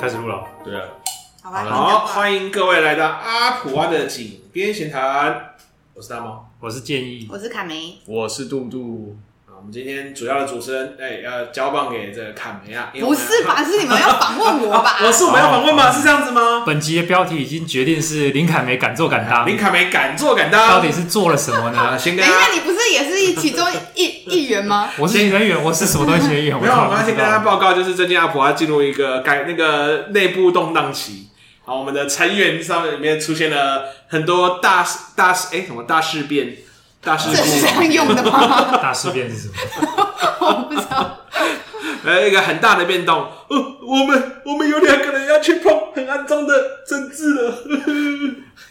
开始录了，对啊，好吧，好，迎。欢迎各位来到阿普蛙的井边闲谈，我是大猫。我是建议我是卡梅，我是杜杜，啊，我们今天主要的主持人，哎、要交棒给这个坎梅啊，因为我不们是？吧？是你们要访问我吧？ 我是我们要访问吗？是这样子吗？本集的标题已经决定是林凯梅敢做敢当，林坎梅敢做敢当，到底是做了什么啊， 呢？先等跟一大下，家你不是也是一其中一一 员吗？我是人员，我是什么东西的员？没有，我我们要先跟大家报告，就是最近阿普蛙进入一个改那个内部动荡期。好，我们的成员上面里面出现了很多大大哎、什么大事变、大事这是这故，样用 的吗？大事变是什么？我不知道。呃，一个很大的变动。呃，我们我们有两个人要去碰很肮脏的政治了。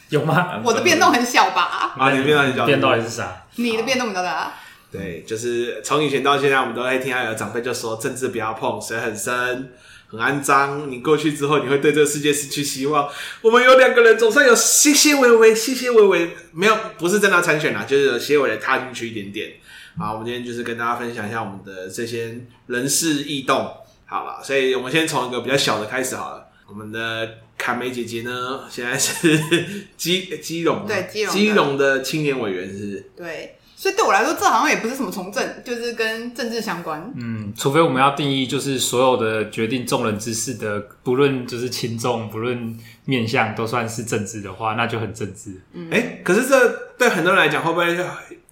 有吗？我的变动很小吧？啊，你变到你讲变到底是啥？你的变动比较大。对，就是从以前到现在，我们都会听到有长辈就说政治不要碰，水很深，很肮脏。你过去之后，你会对这个世界失去希望。我们有两个人，总算有些些微微、些些微微，没有不是正当参选啦，就是有些微的踏进去一点点。好，我们今天就是跟大家分享一下我们的这些人事异动。好了，所以我们先从一个比较小的开始好了。我们的卡梅姐姐呢，现在是基基隆对基隆的基隆的青年委员是不是对，所以对我来说，这好像也不是什么从政，就是跟政治相关。嗯，除非我们要定义，就是所有的决定众人之事的，不论就是轻重，不论面向，都算是政治的话，那就很政治。哎、可是这对很多人来讲，会不会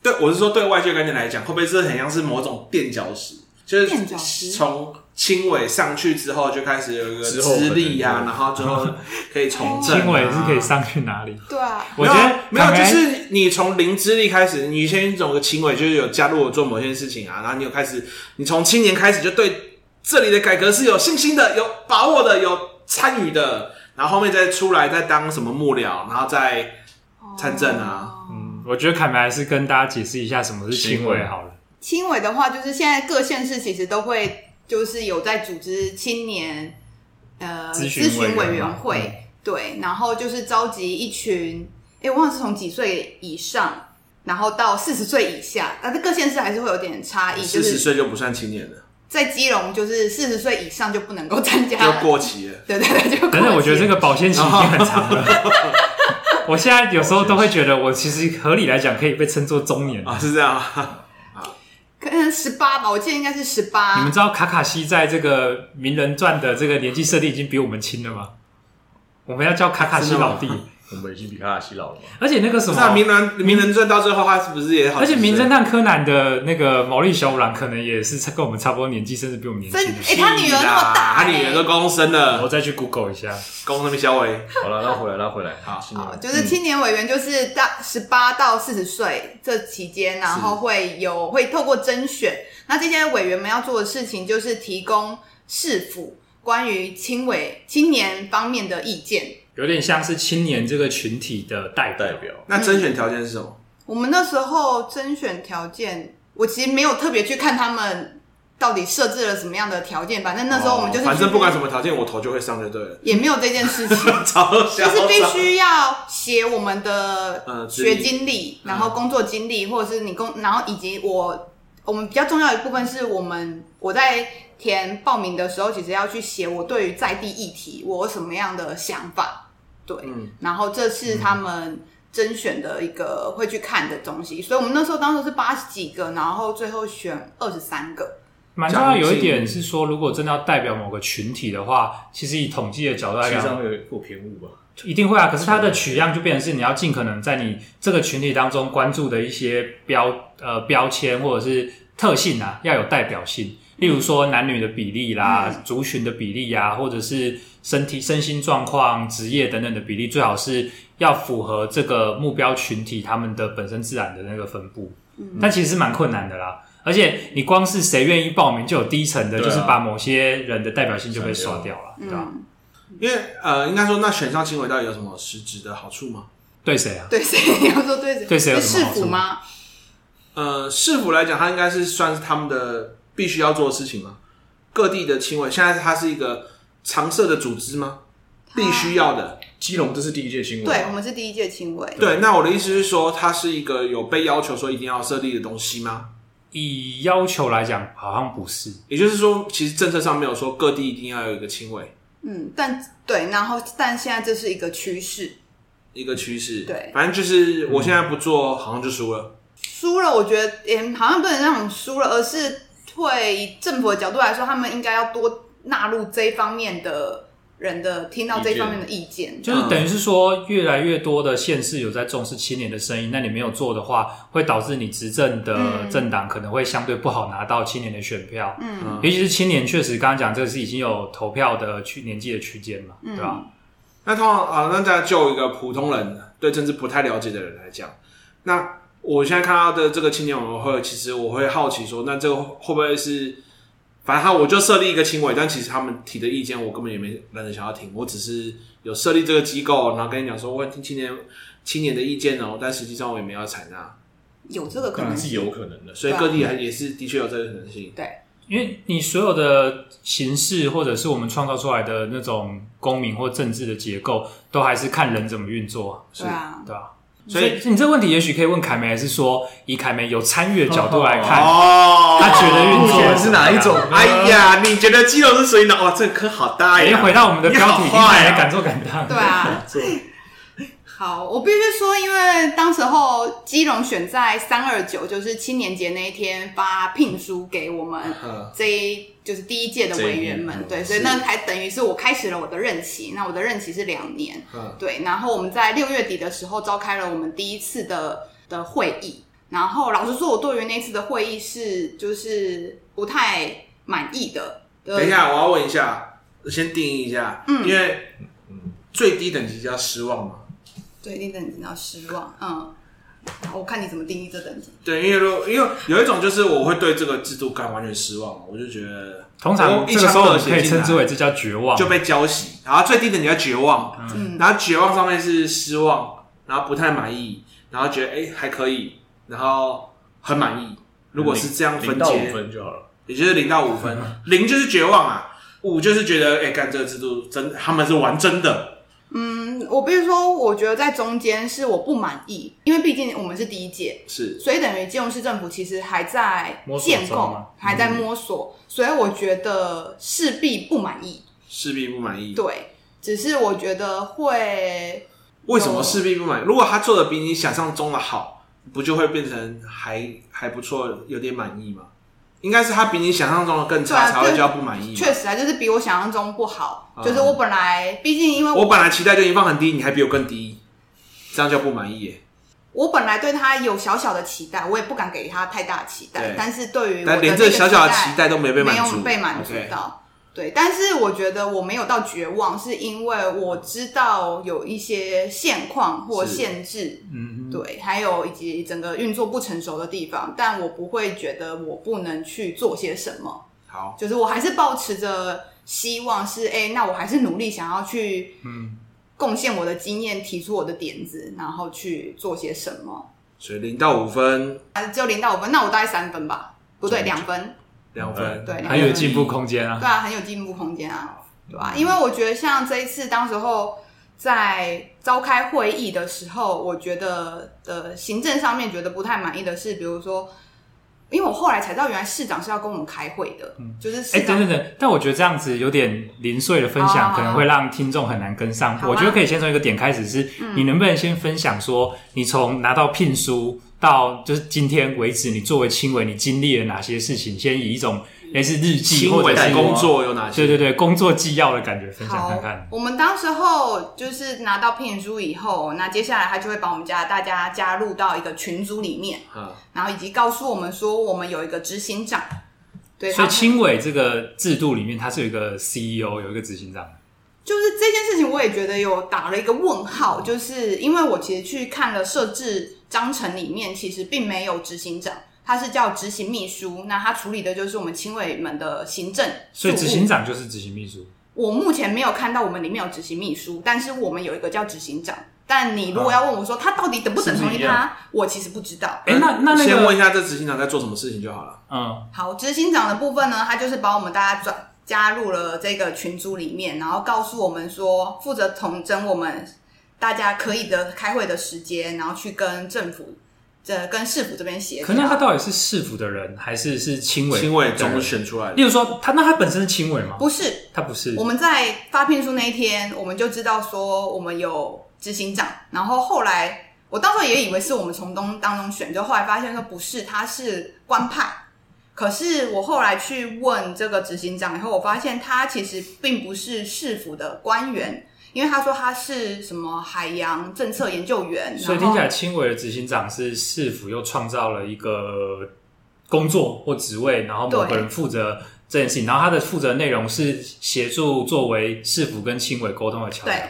对我是说对外界观点来讲，会不会这很像是某种垫脚石？就垫脚石是从轻委上去之后，就开始有一个之后资历呀，可能然后之后可以从政、啊。经纬是可以上去哪里？对啊，我觉得没有啊，凯梅没有，就是你从零资历开始，你先走个轻委，就是有加入我做某件事情啊，然后你有开始，你从青年开始就对这里的改革是有信心的、有把握的、有参与的，然后后面再出来再当什么幕僚，然后再参政哦啊。嗯，我觉得凯梅还是跟大家解释一下什么是轻轻微微好了。青委的话，就是现在各县市其实都会就是有在组织青年呃咨咨询委员嗯询委员嘛会，对，然后就是召集一群，哎、我忘了是从几岁以上。然后到四十岁以下，但是各县市还是会有点差异，啊就四十是岁就不算青年了，在基隆，就是四十岁以上就不能够参加就了，过期了。对对对，就过等等，我觉得期这个保鲜期已经很长 了。我现在有时候都会觉得，我其实合理来讲可以被称作中年。啊，是这样 啊，可能十八吧，我记得应该是十八。你们知道卡卡西在这个《名人传》的这个年纪设定已经比我们轻了吗？我们要叫卡卡西老弟，我们已经比卡卡西老了嘛。而且那个什不是啊，么，名哦人名人传到最后，他是不是也好？而且《名侦探柯南》的那个毛利小五郎可能也是跟我们差不多年纪，甚至比我们年真轻。哎、他女儿那么大、他女儿都高中我生了，再去 Google 一下，高中生小伟，好了，拉回来，拉回来。好新年嗯哦嗯就是青年委员就是到十八到四十岁这期间，然后会有会透过甄选，那这些委员们要做的事情就是提供市府关于青委青年方面的意见。有点像是青年这个群体的代表代。表那甄选条件是什么？我们那时候甄选条件，我其实没有特别去看他们到底设置了什么样的条件，反正那时候我们就哦是、反正不管什么条件，我投就会上就对了。 也没有这件事情。超小，就是必须要写我们的呃学经历，然嗯后工作经历，或者是你工，然后以及我我们比较重要的部分是我们我在填报名的时候，其实要去写我对于在地议题我有什么样的想法，对，嗯然后这是他们甄选的一个会去看的东西，所以我们那时候当时是八十几个，然后最后选二十三个，蛮重要有一点是说，如果真的要代表某个群体的话，其实以统计的角度来其实讲上，会有会有偏误吧？一定会啊，可是它的取样就变成是你要尽可能在你这个群体当中关注的一些标呃标签或者是特性啊，要有代表性。例如说男女的比例啦、族群的比例呀、或者是身体、身心状况、职业等等的比例，最好是要符合这个目标群体他们的本身自然的那个分布。但其实是蛮困难的啦，而且你光是谁愿意报名，就有低层的，对啊就是把某些人的代表性就被刷掉了，对吧、嗯，因为呃，应该说，那选上青委到底有什么实质的好处吗？对谁啊？对谁？你要说对谁？对谁有是什么市好府处吗？呃，市府来讲，它应该是算是他们的必须要做的事情吗？各地的青委现在它是一个常设的组织吗？必须要的，基隆这是第一届嗯新闻，对，我们是第一届青委，对，那我的意思是说，它是一个有被要求说一定要设立的东西吗？以要求来讲，好像不是。也就是说，其实政策上没有说各地一定要有一个轻微嗯，但对，然后但现在这是一个趋势，一个趋势。对反正就是我现在不做，好像就输了。输了，我觉得也好像不能那种输了，而是会以政府的角度来说，他们应该要多纳入这一方面的人的听到这一方面的意见。就是等于是说，越来越多的县市有在重视青年的声音。那你没有做的话，会导致你执政的嗯政党可能会相对不好拿到青年的选票。嗯尤其是青年，确实刚刚讲这个是已经有投票的区年纪的区间嘛，对吧？那通常啊，那再就一个普通人对政治不太了解的人来讲，那我现在看到的这个青年委员会，其实我会好奇说，那这个会不会是，反正他我就设立一个青委，但其实他们提的意见我根本也没懒得想要听，我只是有设立这个机构，然后跟你讲说，我听青年青年的意见哦，但实际上我也没有采纳，有这个可当能然是性。有可能的。所以各地还也是的确有这个可能性。因为你所有的形式，或者是我们创造出来的那种公民或政治的结构，都还是看人怎么运作啊，对啊，对吧、所所以以你这个问题，也许可以问凯梅，还是说以凯梅有参与的角度来看，哦他觉得运目作前是哪一种？哎，呀，你觉得基隆是谁呢？哦哇，这个坑好大哎、呀！回到我们的你标好题，坏来啊敢做敢当。对啊。 好，我必须说，因为当时候基隆选在三二九，就是青年节那一天发聘书给我们嗯这一就是第一届的委员们，这对，一年所以那还等于是我开始了我的任期，那我的任期是两年，嗯对，然后我们在六月底的时候召开了我们第一次的的会议，然后老实说，我对于那次的会议是就是不太满意的。呃对等一，下，我要问一下，先定义一下，嗯因为最低等级叫失望嘛。对，一定等级到失望，嗯，好我看你怎么定义这等级。对，因为如果因为有一种就是我会对这个制度感完全失望，我就觉得通我常一这个时腔候我热们可血以进称之来为这叫绝望，就被浇熄，然后最低等级叫绝望，嗯然后绝望上面是失望，然后不太满意，然后觉得哎、还可以，然后很满意。如果是这样零分到五解，分就好了。也就是零到五 分，零就是绝望啊，五就是觉得哎干、这个制度真他们是玩真的，嗯，我必须说，我觉得在中间是我不满意，因为毕竟我们是第一届，是所以等于基隆市政府其实还在摸索建中构嘛，还在摸索，所以我觉得势必不满意。势必不满意。对，只是我觉得会，为什嗯么势必不满意？如果他做的比你想象中的好，不就会变成还还不错，有点满意吗？应该是他比你想象中的更差，对啊才会叫不满意。确实啊，就是比我想象中不好。啊就是我本来，毕竟因为我我本来期待就已经放很低，你还比我更低，这样叫不满意耶。我本来对他有小小的期待，我也不敢给他太大的期待对。但是对于我但的连那这个小小的期期待都没被没满有足，被满足 OK 到。对，但是我觉得我没有到绝望，是因为我知道有一些现况或是限制，嗯，对，还有以及整个运作不成熟的地方，但我不会觉得我不能去做些什么。好，就是我还是保持着希望是，哎、那我还是努力想要去嗯，贡献我的经验，提出我的点子，然后去做些什么。所以零到五分，啊，只有零到五分，那我大概三分吧，不对，两分，两分，对，还两有分，进步空间啊。对啊，很有进步空间啊，对吧、因为我觉得像这一次，当时候在召开会议的时候，我觉得的行政上面觉得不太满意的是，比如说。因为我后来才知道，原来市长是要跟我们开会的，就是哎、市等长等等，但我觉得这样子有点零碎的分享，啊哦可能会让听众很难跟上。好啊我觉得可以先从一个点开始是，嗯你能不能先分享说，你从拿到聘书到就是今天为止，你作为青委，你经历了哪些事情？先以一种类似日记轻或微者是啊的工，作有哪些？对对对，工作纪要的感觉分享好看，看。我们当时候就是拿到聘书以后，那接下来他就会把我们家大家加入到一个群组里面，啊，然后以及告诉我们说我们有一个执行长，对，所以他青委这个制度里面，它是有一个 CEO，有一个执行长。就是这件事情，我也觉得有打了一个问号，就是因为我其实去看了设置章程里面，其实并没有执行长，他是叫执行秘书，那他处理的就是我们青委们的行政事所务，以执行长就是执行秘书，我目前没有看到我们里面有执行秘书，但是我们有一个叫执行长。但你如果要问我说他到底等不等同啊是不于是一样他，我其实不知道。哎、那那那个，先问一下这执行长在做什么事情就好了。嗯，好，执行长的部分呢，他就是把我们大家转加入了这个群组里面，然后告诉我们说，负责统整我们大家可以的开会的时间，然后去跟政府这跟市府这边协可是那他调。到底是市府的人，还是是青委？青委中中选出来的例如说，他那他本身是青委吗？不是，他不是我。们在发片书那一天，我们就知道说我们有执行长，然后后来我当时也以为是我们从东当中选，就后来发现说不是，他是官派。可是我后来去问这个执行长以后，我发现他其实并不是市府的官员，因为他说他是什么海洋政策研究员，所以然听后起来，青委的执行长是市府又创造了一个工作或职位，然后某个对人负责这件事情，然后他的负责内容是协助作为市府跟青委沟通的桥梁对。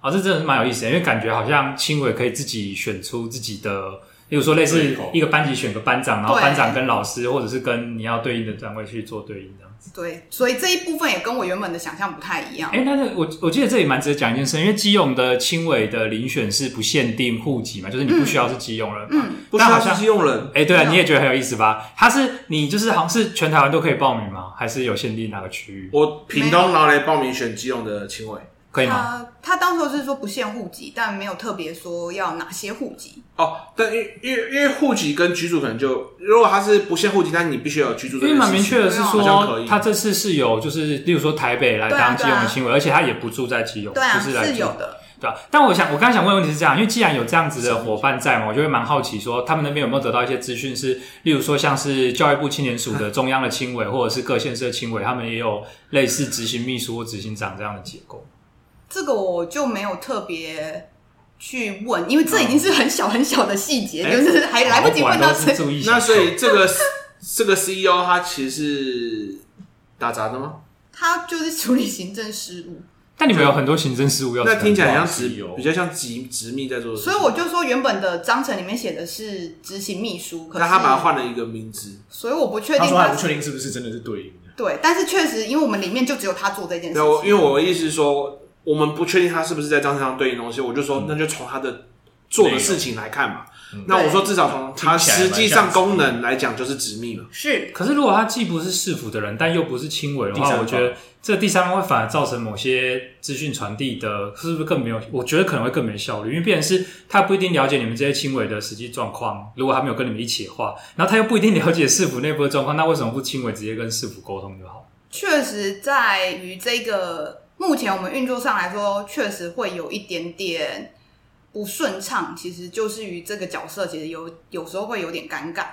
啊，这真的是蛮有意思的，因为感觉好像青委可以自己选出自己的，例如说类似对口一个班级选个班长，然后对班长跟老师或者是跟你要对应的单位去做对应这样子。对，所以这一部分也跟我原本的想象不太一样。哎、但是我我记得这里蛮值得讲一件事，因为基隆的青委的遴选是不限定户籍嘛，就是你不需要是基隆人嘛。嗯，不是但好他像是用人，哎、对没啊，有你也觉得很有意思吧？它是你就是好像是全台湾都可以报名吗？还是有限定哪个区域？我屏东拿来报名选基隆的青委。可以吗？他他当时是说不限户籍，但没有特别说要哪些户籍。哦，但因因因为户籍跟居住可能就，如果他是不限户籍，但你必须有居住因为证的事情。蛮明确的是好像可说以，他这次是有就是，例如说台北来对啊当基隆的新闻，而且他也不住在基隆，对啊，就是来是基有的。对啊，但我想，我刚才想问的问题是这样，因为既然有这样子的伙伴在嘛，我就会蛮好奇说，他们那边有没有得到一些资讯是，例如说像是教育部青年署的中央的青委，或者是各县市的青委，他们也有类似执行秘书或执行长这样的结构。这个我就没有特别去问，因为这已经是很小很小的细节，就是还哎来不及问到我果然都这是。注意小那所节以这个这个 CEO 他其实是打杂的吗？他就是处理行政事务，但你们有很多行政事务要那听起来像不好意思直哦比较像直直密在做的事所情，以我就说原本的章程里面写的是执行秘书，可是那他把它换了一个名字，所以我不确他定说他他不确定是不是真的是对应的，对，但是确实因为我们里面就只有他做这件事对，我情，因为我的意思是说，我们不确定他是不是在章程上对应的东西，我就说那就从他的做的事情来看嘛。那我说至少从他实际上功能来讲就是直密嘛。是可是如果他既不是市府的人，但又不是亲委的第话，三我方觉得这第三方会反而造成某些资讯传递的，是不是更没有？我觉得可能会更没效率，因为变成是他不一定了解你们这些亲委的实际状况，如果他没有跟你们一起的话，然后他又不一定了解市府内部的状况，那为什么不亲委直接跟市府沟通就好？确实在于这个目前我们运作上来说，确实会有一点点不顺畅。其实就是于这个角色，其实有有时候会有点尴尬，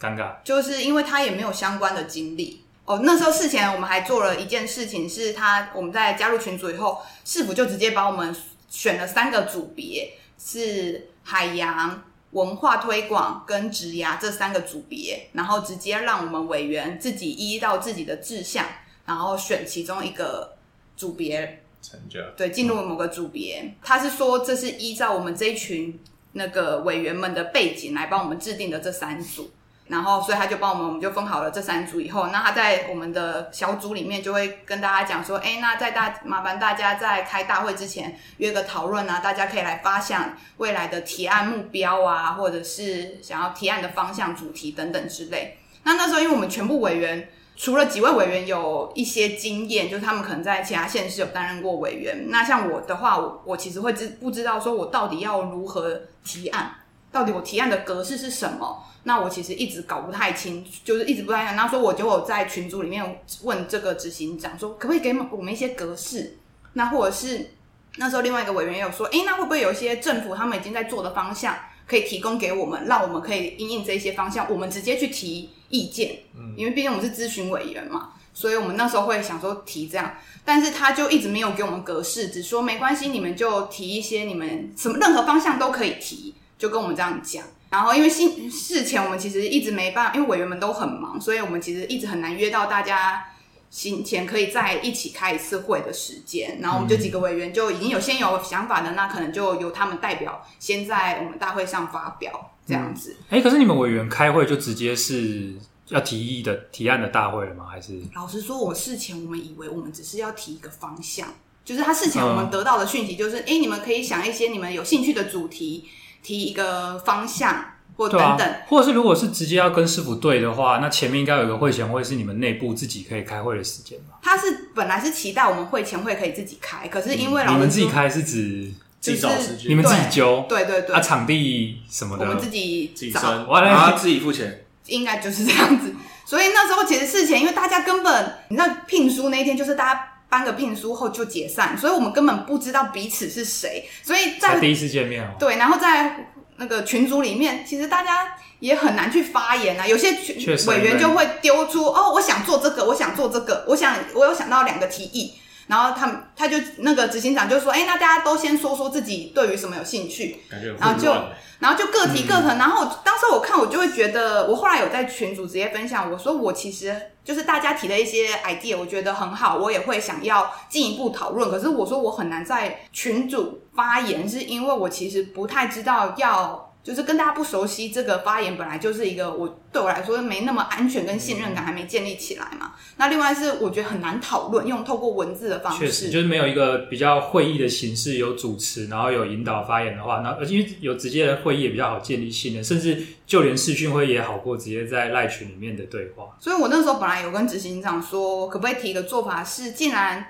尴尬，就是因为他也没有相关的经历。哦，那时候事前我们还做了一件事情，是他我们在加入群组以后，市府就直接把我们选了三个组别，是海洋、文化推广跟职涯这三个组别，然后直接让我们委员自己依照自己的志向，然后选其中一个组别参加对，进入某个组别，他是说这是依照我们这一群那个委员们的背景来帮我们制定的这三组，然后所以他就帮我们，我们就分好了这三组以后，那他在我们的小组里面就会跟大家讲说，哎，那在大麻烦大家在开大会之前约个讨论啊，大家可以来发想未来的提案目标啊，或者是想要提案的方向、主题等等之类。那那时候因为我们全部委员除了几位委员有一些经验，就是他们可能在其他县市有担任过委员。那像我的话，我我其实会知不知道说我到底要如何提案，到底我提案的格式是什么？那我其实一直搞不太清，就是一直不太清。然后说我就有在群组里面问这个执行长说，可不可以给我们一些格式？那或者是那时候另外一个委员也有说，诶，那会不会有一些政府他们已经在做的方向？可以提供给我们，让我们可以因应这些方向，我们直接去提意见，因为毕竟我们是咨询委员嘛，所以我们那时候会想说提这样，但是他就一直没有给我们格式，只说没关系，你们就提一些你们什么任何方向都可以提，就跟我们这样讲。然后因为新事前我们其实一直没办法，因为委员们都很忙，所以我们其实一直很难约到大家。行前可以在一起开一次会的时间，然后我们就几个委员就已经有先有想法的，那可能就由他们代表先在我们大会上发表这样子。哎、可是你们委员开会就直接是要提议的提案的大会了吗？还是老实说，我事前我们以为我们只是要提一个方向，就是他事前我们得到的讯息就是，哎、你们可以想一些你们有兴趣的主题，提一个方向或等对啊等。，或者是如果是直接要跟市府对的话，那前面应该有一个会前会是你们内部自己可以开会的时间吧？他是本来是期待我们会前会可以自己开，可是因为嗯你老实们说自己开是指自己找时间你们自己揪对对对啊，，场地什么我们自的，己啊自己找，生，哇，然那后自己付钱，应该就是这样子。所以那时候其实事前，因为大家根本你知道聘书那一天就是大家颁个聘书后就解散，所以我们根本不知道彼此是谁，所以在才第一次见面哦。对，然后在那个群组里面，其实大家也很难去发言啊。有些群确实委员对就会丢出哦，我想做这个，我想做这个，我想我有想到两个提议。然后他们他就那个执行长就说，哎，那大家都先说说自己对于什么有兴趣，感觉很然后混就乱。然后就各嗯提各的。然后我当时我看我就会觉得，我后来有在群组直接分享，我说我其实就是大家提的一些 idea，我觉得很好，我也会想要进一步讨论。可是我说我很难在群组发言，是因为我其实不太知道要。就是跟大家不熟悉，这个发言本来就是一个我对我来说没那么安全跟信任感还没建立起来嘛。那另外是我觉得很难讨论，用透过文字的方式，确实，就是没有一个比较会议的形式，有主持，然后有引导发言的话，那而且因为有直接的会议也比较好建立信任，甚至就连视讯会也好过直接在赖群里面的对话。所以我那时候本来有跟执行长说，可不可以提一个做法是，既然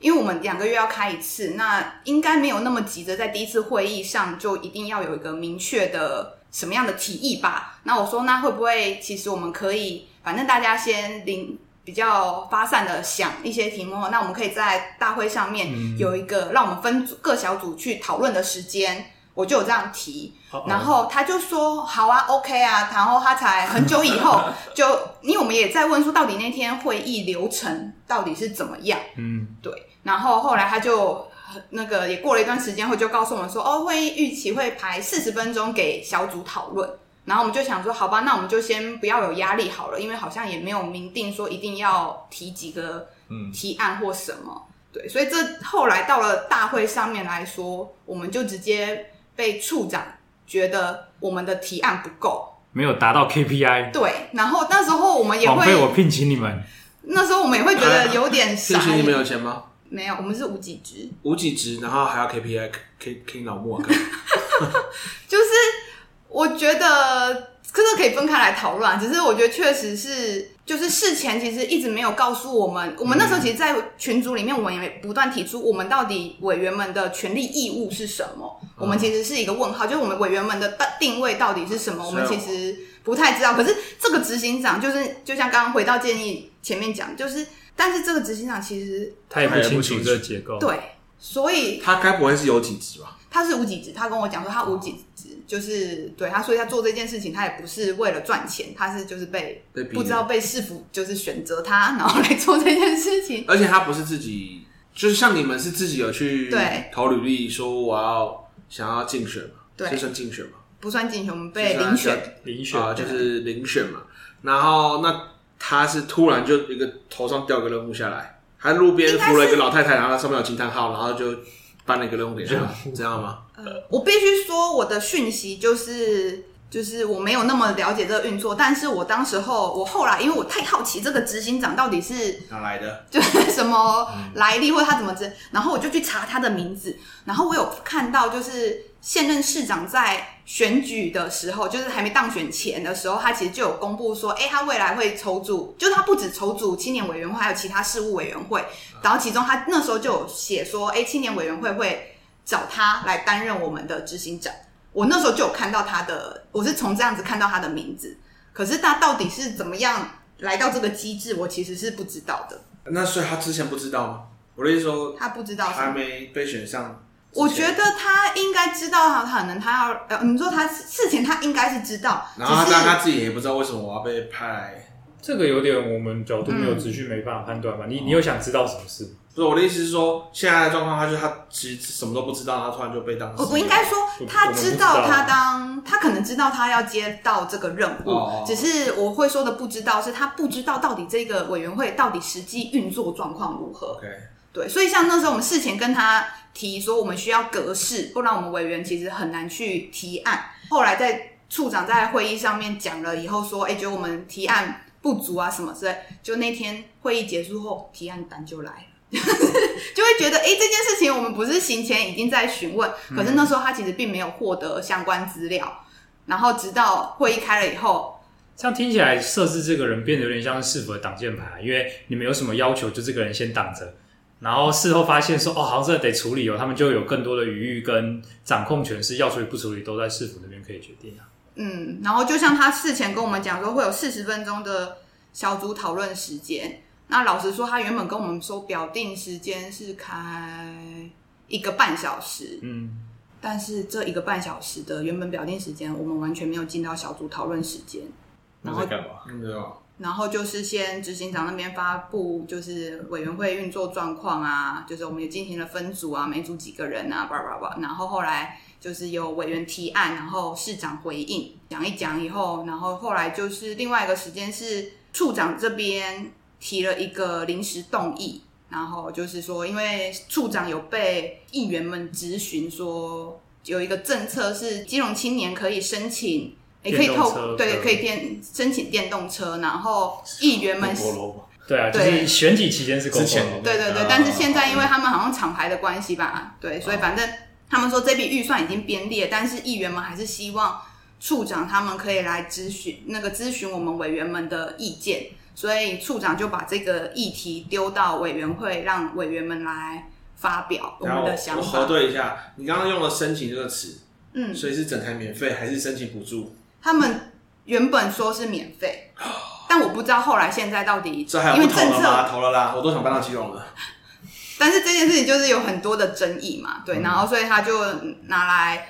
因为我们两个月要开一次，那应该没有那么急着在第一次会议上就一定要有一个明确的什么样的提议吧。那我说，那会不会其实我们可以，反正大家先领。比较发散的想一些题目，那我们可以在大会上面嗯有一个让我们分组各小组去讨论的时间，我就有这样提。哦然后他就说好啊，OK 啊，然后他才很久以后就，因为我们也在问说到底那天会议流程到底是怎么样，嗯，对，然后后来他就那个也过了一段时间后就告诉我们说，哦，会议预期会排四十分钟给小组讨论，然后我们就想说，好吧，那我们就先不要有压力好了，因为好像也没有明定说一定要提几个嗯，提案或什么。对，所以这后来到了大会上面来说，我们就直接被处长觉得我们的提案不够。没有达到 KPI，对，然后那时候我们也枉费我会，聘请你们。那时候我们也会觉得有点傻聘请你眼。们有钱吗？没有，我们是无几职，无几职，然后还要 KPI K K 老莫，就是我觉得这个可以分开来讨论啊，只是我觉得确实是，就是事前其实一直没有告诉我们，我们那时候其实，在群组里面，我们也不断提出我们到底委员们的权利义务是什么，我们其实是一个问号，就是我们委员们的定位到底是什么，我们是其啊实不太知道。可是这个执行长就是，就像刚刚回到建议前面讲，就是，但是这个执行长其实他也不清他也楚不清楚这个结构。，对，所以 他该不会是有几职吧？他是无几职，他跟我讲说他无几职，就是对他，所以他做这件事情，他也不是为了赚钱，他是就是被被逼的不知道被市府就是选择他，然后来做这件事情。而且他不是自己，就是像你们是自己有去对投履历，说我要想要竞选嘛，对这算竞选嘛？不算竞选，我们被就是遴选，遴选啊、就是遴选嘛。然后那他是突然就一个头上掉个任务下来，他路边扶了一个老太太，然后上面有惊叹号，然后就颁了一个任务给他，这样吗？呃，我必须说我的讯息就是就是我没有那么了解这个运作，但是我当时候我后来因为我太好奇这个执行长到底是哪来的？ 就是什么来历或他怎么知，然后我就去查他的名字，然后我有看到就是现任市长在选举的时候，就是还没当选前的时候，他其实就有公布说，哎、他未来会筹组，就是他不止筹组青年委员会，还有其他事务委员会，然后其中他那时候就有写说，哎、青年委员会会找他来担任我们的执行长。我那时候就有看到他的，我是从这样子看到他的名字，可是他到底是怎么样来到这个机制，我其实是不知道的。那所以他之前不知道吗？我的意思说，他不知道什还么。没被选上之前，我觉得他应该知道，他可能他要呃，你说他事前他应该是知道，然后他只但他是自己也不知道为什么我要被派来。这个有点我们角度没有资讯没办法判断吧？你你有想知道什么事？不是我的意思是说，现在的状况，他就是他其实什么都不知道，然后突然就被当我我应该说我他知道我们不知道他当他可能知道他要接到这个任务，哦只是我会说的不知道是他不知道到底这个委员会到底实际运作状况如何。 OK，对，所以像那时候我们事前跟他提说，我们需要格式，不然我们委员其实很难去提案。后来在处长在会议上面讲了以后说，哎、觉得我们提案不足啊什么之类。就那天会议结束后，提案单就来了。 就会觉得，哎、这件事情我们不是行前已经在询问，可是那时候他其实并没有获得相关资料，然后直到会议开了以后，这样听起来，设置这个人变得有点像是市府的挡箭牌，因为你们有什么要求，就这个人先挡着，然后事后发现说哦，好像这得处理哦，他们就有更多的余裕跟掌控权，是要处理不处理都在市府那边可以决定啊。嗯，然后就像他事前跟我们讲说，会有四十分钟的小组讨论时间。那老实说，他原本跟我们说表定时间是开一个半小时，嗯，但是这一个半小时的原本表定时间，我们完全没有进到小组讨论时间。然那后在干嘛？嗯，对吧？然后就是先执行长那边发布，就是委员会运作状况啊，就是我们也进行了分组啊，每组几个人啊，叭叭叭。然后后来就是有委员提案，然后市长回应，讲一讲以后，然后后来就是另外一个时间是处长这边提了一个临时动议，然后就是说，因为处长有被议员们质询说，有一个政策是基隆青年可以申请，也可以电动车透对对可以电申请电动车，然后议员们菠萝吧，对啊，就对是选举期间是公之投前对对对啊，但是现在因为他们好像厂牌的关系吧，对，所以反正他们说这笔预算已经编列，但是议员们还是希望处长他们可以来咨询那个咨询我们委员们的意见，所以处长就把这个议题丢到委员会，让委员们来发表我然们后的我想核法。对一下，你刚刚用了“申请”这个词，嗯，所以是整台免费还是申请补助？他们原本说是免费，但我不知道后来现在到底哦这还因有为不投政了策吗？投了啦，我都想搬到基隆了。但是这件事情就是有很多的争议嘛，对，然后所以他就拿来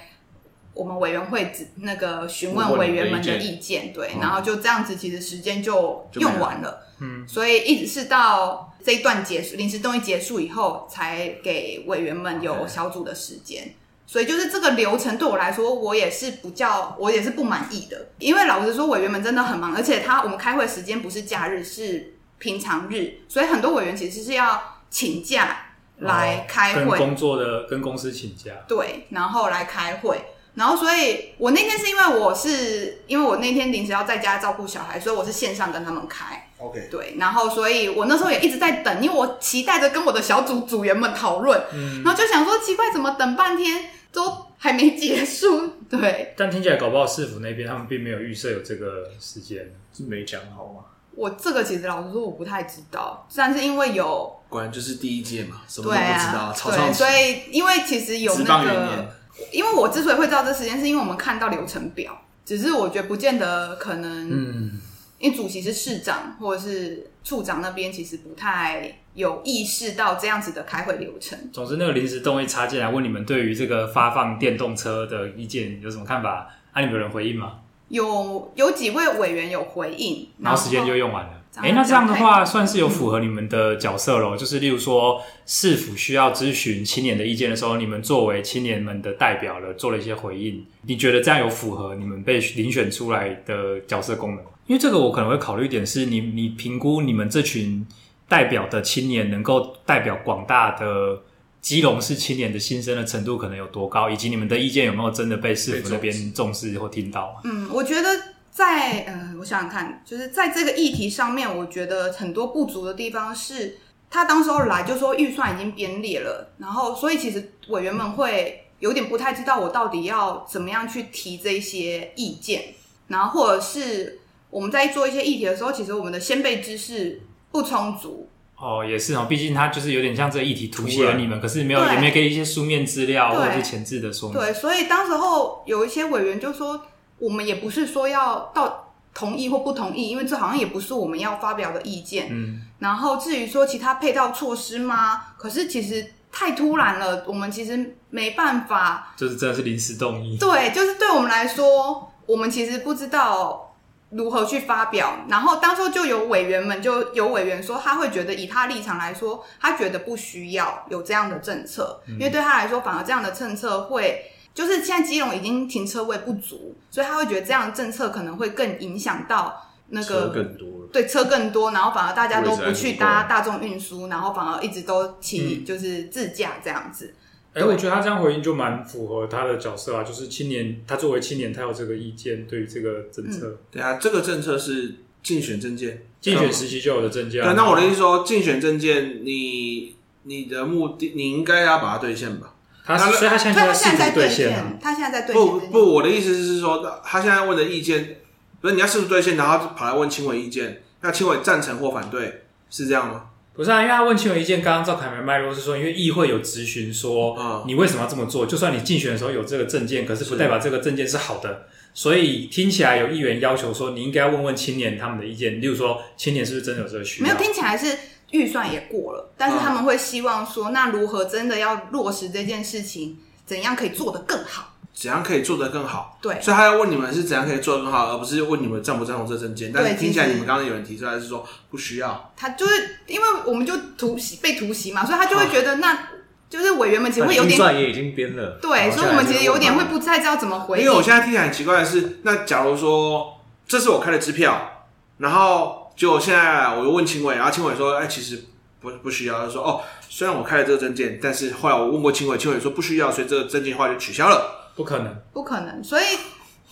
我们委员会指那个询问委员们的意见，对，然后就这样子，其实时间就就没了用完了，嗯，所以一直是到这一段结束，临时动议结束以后，才给委员们有小组的时间。所以就是这个流程对我来说，我也是不叫，我也是不满意的。因为老实说，委员们真的很忙，而且他我们开会时间不是假日，是平常日，所以很多委员其实是要请假来开哦跟会，工作的跟公司请假，对，然后来开会。然后，所以我那天是因为我是因为我那天临时要在家照顾小孩，所以我是线上跟他们开。 OK，对，然后所以我那时候也一直在等，因为我期待着跟我的小组组员们讨论，嗯，然后就想说奇怪，怎么等半天都还没结束？对但听起来搞不好市府那边他们并没有预设有这个时间，是没讲好嘛？我这个其实老实说我不太知道，但是因为有果然就是第一届嘛，什么都对不知道，啊，草上对，所以因为其实有职那棒元年个，因为我之所以会知道这时间，是因为我们看到流程表，只是我觉得不见得可能，嗯，因为主席是市长或者是处长那边，其实不太有意识到这样子的开会流程。总之那个临时动议插进来问你们对于这个发放电动车的意见有什么看法？啊，你们有人回应吗？有有几位委员有回应，然后时间就用完了。然后哎，那这样的嗯话算是有符合你们的角色咯，就是例如说，市府需要咨询青年的意见的时候，你们作为青年们的代表了，做了一些回应。你觉得这样有符合你们被遴选出来的角色功能吗？因为这个我可能会考虑一点是你，你评估你们这群代表的青年能够代表广大的基隆市青年的心声的程度可能有多高，以及你们的意见有没有真的被市府那边重视或听到嘛？嗯，我觉得在呃，我想想看，就是在这个议题上面，我觉得很多不足的地方是，他当时候来就说预算已经编列了，然后所以其实委员们会有点不太知道我到底要怎么样去提这些意见，然后或者是我们在做一些议题的时候，其实我们的先辈知识不充足，哦，也是哦，毕竟它就是有点像这个议题凸显了你们，可是没有对也没给一些书面资料对或者是前置的说明。对，所以当时候有一些委员就说，我们也不是说要到同意或不同意，因为这好像也不是我们要发表的意见。嗯，然后至于说其他配套措施吗？可是其实太突然了，我们其实没办法。就是真的是临时动议。对，就是对我们来说，我们其实不知道如何去发表。然后当初就有委员们就有委员说，他会觉得以他立场来说，他觉得不需要有这样的政策，嗯因为对他来说，反而这样的政策会。就是现在基隆已经停车位不足，所以他会觉得这样的政策可能会更影响到那车个更多了，对车更多，然后反而大家都位置还不不去够搭大众运输，然后反而一直都骑嗯就是自驾这样子。哎、我觉得他这样回应就蛮符合他的角色啊，就是青年，他作为青年，他有这个意见，对于这个政策，嗯对啊，这个政策是竞选证件。竞选时期就有的政见啊。对，那我的意思说，竞选证件，你你的目的，你应该要把它兑现吧？他那所以他现对在他就现试在在图兑兑现啊现，。他现在在兑现不这件事。不，我的意思是说，他现在问的意见，不是你要试图兑现，然后跑来问青委意见，那青委赞成或反对，是这样吗？不是啊，因为他问亲友意见，刚刚赵凯梅脉络是说，因为议会有咨询说，嗯你为什么要这么做？就算你竞选的时候有这个证件，可是不代表这个证件是好的。所以听起来有议员要求说，你应该问问青年他们的意见，例如说青年是不是真的有这个需要？没有听起来是预算也过了，但是他们会希望说，那如何真的要落实这件事情，怎样可以做得更好？怎样可以做得更好？对所以他要问你们是怎样可以做得更好，而不是问你们赞不赞同这证件。但是对听起来其你实们刚刚有人提出来是说不需要，他就是因为我们就突袭被突袭嘛，所以他就会觉得那就是委员们其实会有预点算也已经编了，对，然后所以我下来们其实有点就会不太知道怎么因回为我应。现在听起来很奇怪的是，那假如说这是我开的支票，然后就现在我又问青伟，然后青伟说，哎，其实不不需要，他说哦，虽然我开了这个证件，但是后来我问过青伟，青伟说不需要，所以这个证件后来就取消了。不可能，哦不可能，所以。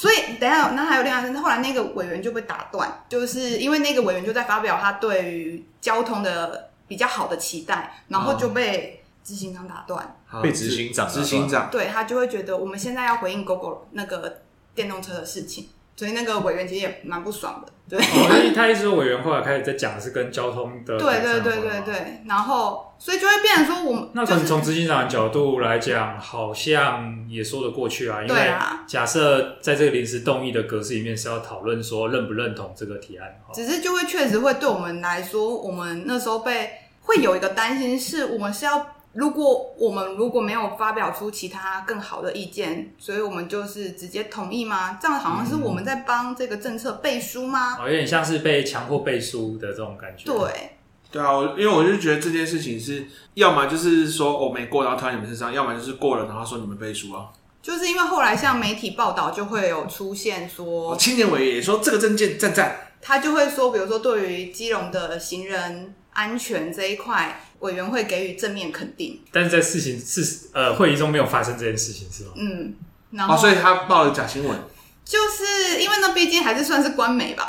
所以，等一下，那还有另外一个，后来那个委员就被打断，就是因为那个委员就在发表他对于交通的比较好的期待，然后就被执行长打断。被执行长打啊断执行长。对他就会觉得我们现在要回应 GoGo 那个电动车的事情，所以那个委员其实也蛮不爽的。对，哦、因为他一直说委员后来开始在讲的是跟交通 的对对相关对对嘛。对，然后所以就会变成说我们那就从是从执行长的角度来讲，好像也说得过去啊，因对为啊假设在这个临时动议的格式里面是要讨论说认不认同这个提案，哦只是就会确实会对我们来说，我们那时候被会有一个担心，是我们是要如果我们如果没有发表出其他更好的意见，所以我们就是直接同意吗？这样好像是我们在帮这个政策背书吗？哦，有点像是被强迫背书的这种感觉。对，对啊，我因为我就觉得这件事情是，要么就是说我、哦没过，然后推到你们身上；，要么就是过了，然后说你们背书啊。就是因为后来像媒体报道就会有出现说哦，，青年委员也说这个证件赞赞，他就会说，比如说对于基隆的行人安全这一块，委员会给予正面肯定。但是在事情事呃会议中没有发生这件事情是吗？ 嗯，然后、哦，所以他报了假新闻，就是因为那毕竟还是算是官媒吧，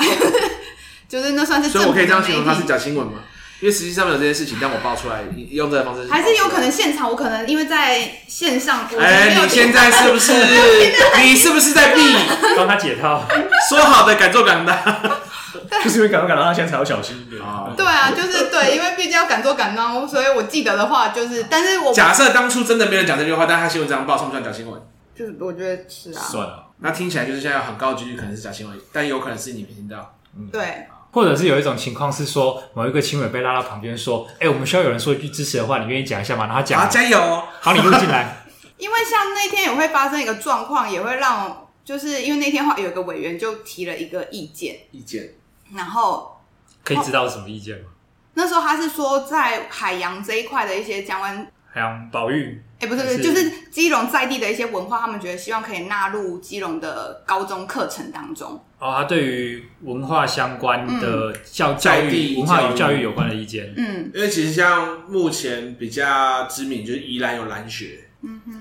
就是那算是所以政我府可以的这样形容它媒是体。假新闻吗？因为实际上没有这件事情，但我爆出来，用这个方式还是有可能现场，我可能因为在线上，我哎、没有你听现在是不是？你是不是在避？帮他解套，说好的敢做敢 当，就是因为赶快赶到他现在才要小心一点哦 对啊，就是对，因为毕竟要敢做敢当，所以我记得的话就是，但是我假设当初真的没人讲这句话，但他新闻这样报，算不算假新闻？就是我觉得是啊，算了，那听起来就是现在有很高的几率可能是假新闻，但有可能是你没听到。对， 或者是有一种情况是说某一个青委被拉到旁边说，哎、我们需要有人说一句支持的话，你愿意讲一下吗？然后他讲好，了，加油哦！好，你录进 来，因为像那天也会发生一个状况，也会让就是因为那天话有一个委员就提了一个意见，意见然后可以知道是什么意见吗？那时候他是说在海洋这一块的一些讲完，海洋保育哎、不是不还是，是就是基隆在地的一些文化，他们觉得希望可以纳入基隆的高中课程当中。哦，他对于文化相关的教、教嗯在地育、文化教与育教育有关的意见，嗯，因为其实像目前比较知名就是宜兰有蓝学，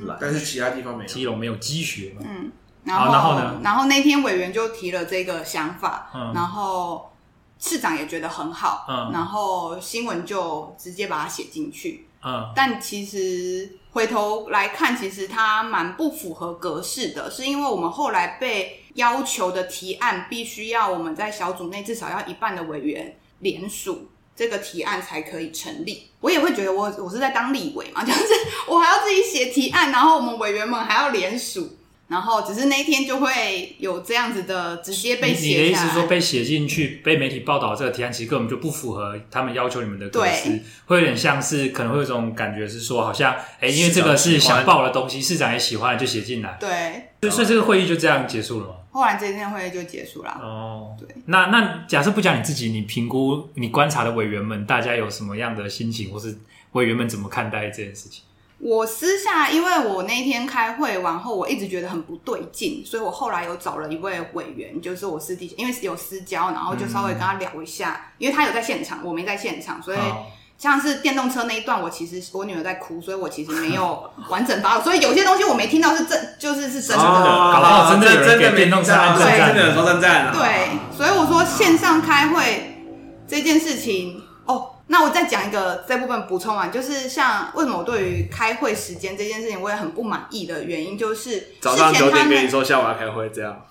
来但是嗯其他地方没有。基隆没有积学嘛？嗯然好后然后呢然后那天委员就提了这个想法，嗯然后市长也觉得很好，嗯然后新闻就直接把它写进去。嗯，但其实回头来看，其实它蛮不符合格式的，是因为我们后来被要求的提案必须要我们在小组内至少要一半的委员联署。这个提案才可以成立，我也会觉得我我是在当立委嘛，就是我还要自己写提案，然后我们委员们还要联署，然后只是那一天就会有这样子的直接你被你的意写下思来。是说被写进去、被媒体报道这个提案，其实根本就不符合他们要求你们的格式对，会有点像是可能会有一种感觉是说，好像哎、因为这个是市长喜欢想报的东西，市长也喜欢就写进来，对，所以所以这个会议就这样结束了吗？后来这天会就结束了。哦，对，那那假设不讲你自己，你评估你观察的委员们，大家有什么样的心情，或是委员们怎么看待这件事情？我私下，因为我那天开会完后，我一直觉得很不对劲，所以我后来有找了一位委员，就是我私底下，因为有私交，然后就稍微跟他聊一下，因为他有在现场，我没在现场，所以好像是电动车那一段，我其实我女儿在哭，所以我其实没有完整发，所以有些东西我没听到是真，就是是真的。哦搞不好真的有人真的给没电动车赞按赞真的有人说赞赞啊。对，所以我说线上开会这件事情，哦，那我再讲一个这部分补充完，就是像为什么我对于开会时间这件事情我也很不满意的原因，就是早上九之前他点们跟你说下午要开会，这样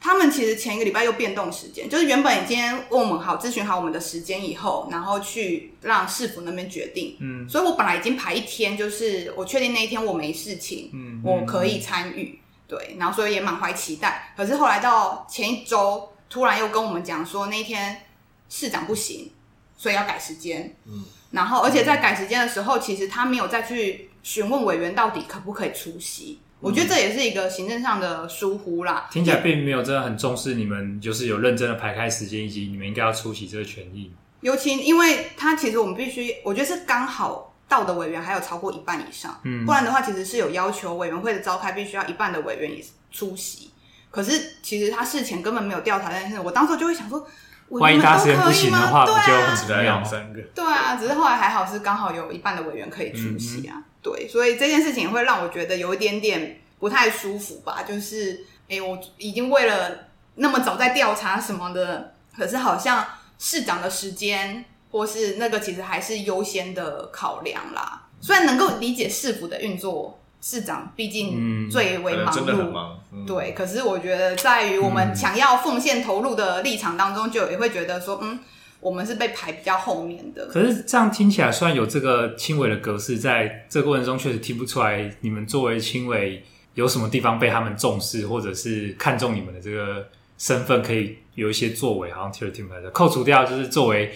他们其实前一个礼拜又变动时间，就是原本已经问我们好咨询好我们的时间以后，然后去让市府那边决定。嗯所以我本来已经排一天，就是我确定那一天我没事情，嗯我可以参与，对，然后所以也满怀期待。可是后来到前一周，突然又跟我们讲说那一天市长不行，所以要改时间。嗯，然后而且在改时间的时候，其实他没有再去询问委员到底可不可以出席。我觉得这也是一个行政上的疏忽啦。听起来并没有真的很重视你们，就是有认真的排开时间，以及你们应该要出席这个权益。尤其因为他其实我们必须，我觉得是刚好到的委员还有超过一半以上，嗯不然的话其实是有要求委员会的召开必须要一半的委员也出席。可是其实他事前根本没有调查这件事，我当时就会想说，委万一员们大家时都间可不以行的吗？话，不对就啊很，只怎么来样两？三个，对啊，只是后来还好是刚好有一半的委员可以出席嗯啊。对，所以这件事情也会让我觉得有一点点不太舒服吧，就是哎、诶我已经为了那么早在调查什么的，可是好像市长的时间或是那个其实还是优先的考量啦。虽然能够理解市府的运作，市长毕竟嗯最为可能忙真的碌很，忙。嗯对，，可是我觉得在于我们想要奉献投入的立场当中，就也会觉得说，嗯，我们是被排比较后面的。可是这样听起来，虽然有这个轻微的格式，在这个过程中确实听不出来你们作为轻微有什么地方被他们重视，或者是看重你们的这个身份，可以有一些作为，好像听了听不出来的。扣除掉就是作为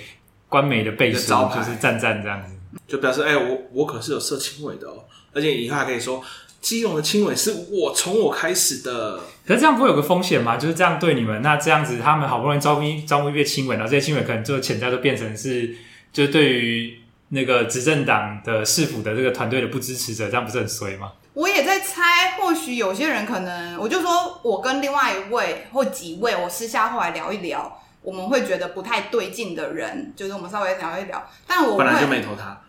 官媒的背一个书招，牌就是赞赞这样子。就表示哎、我我可是有设轻轨的哦，而且以后还可以说基隆的轻轨是我从我开始的，可是这样不会有个风险吗？就是这样对你们，那这样子他们好不容易招募招募一些亲委，然后这些亲委可能就潜在都变成是，就是对于那个执政党的市府的这个团队的不支持者，这样不是很衰吗？我也在猜，或许有些人可能，我就说我跟另外一位或几位，我私下后来聊一聊，我们会觉得不太对劲的人，就是我们稍微聊一聊。但我本来就 会，没投他。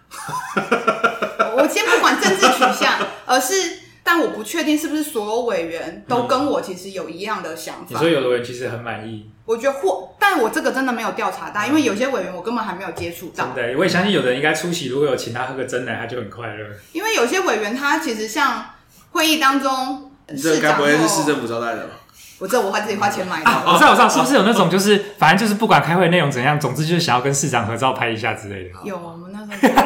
我先不管政治取向，而是，但我不确定是不是所有委员都跟我其实有一样的想你法。说有的人其实很满意，我觉得或，但我这个真的没有调查到，因为有些委员我根本还没有接触到真。的，我也相信有的人应该出席，如果有请他喝个真奶，他就很快乐。因为有些委员他其实像会议当中，你这哦市该长不会是或市政府招待的吧？我这我花自己花钱买的。 哦 我知道，我知道，是不是有那种就是反正就是不管开会内容怎样，总之就是想要跟市长合照拍一下之类的，有，我们那 时候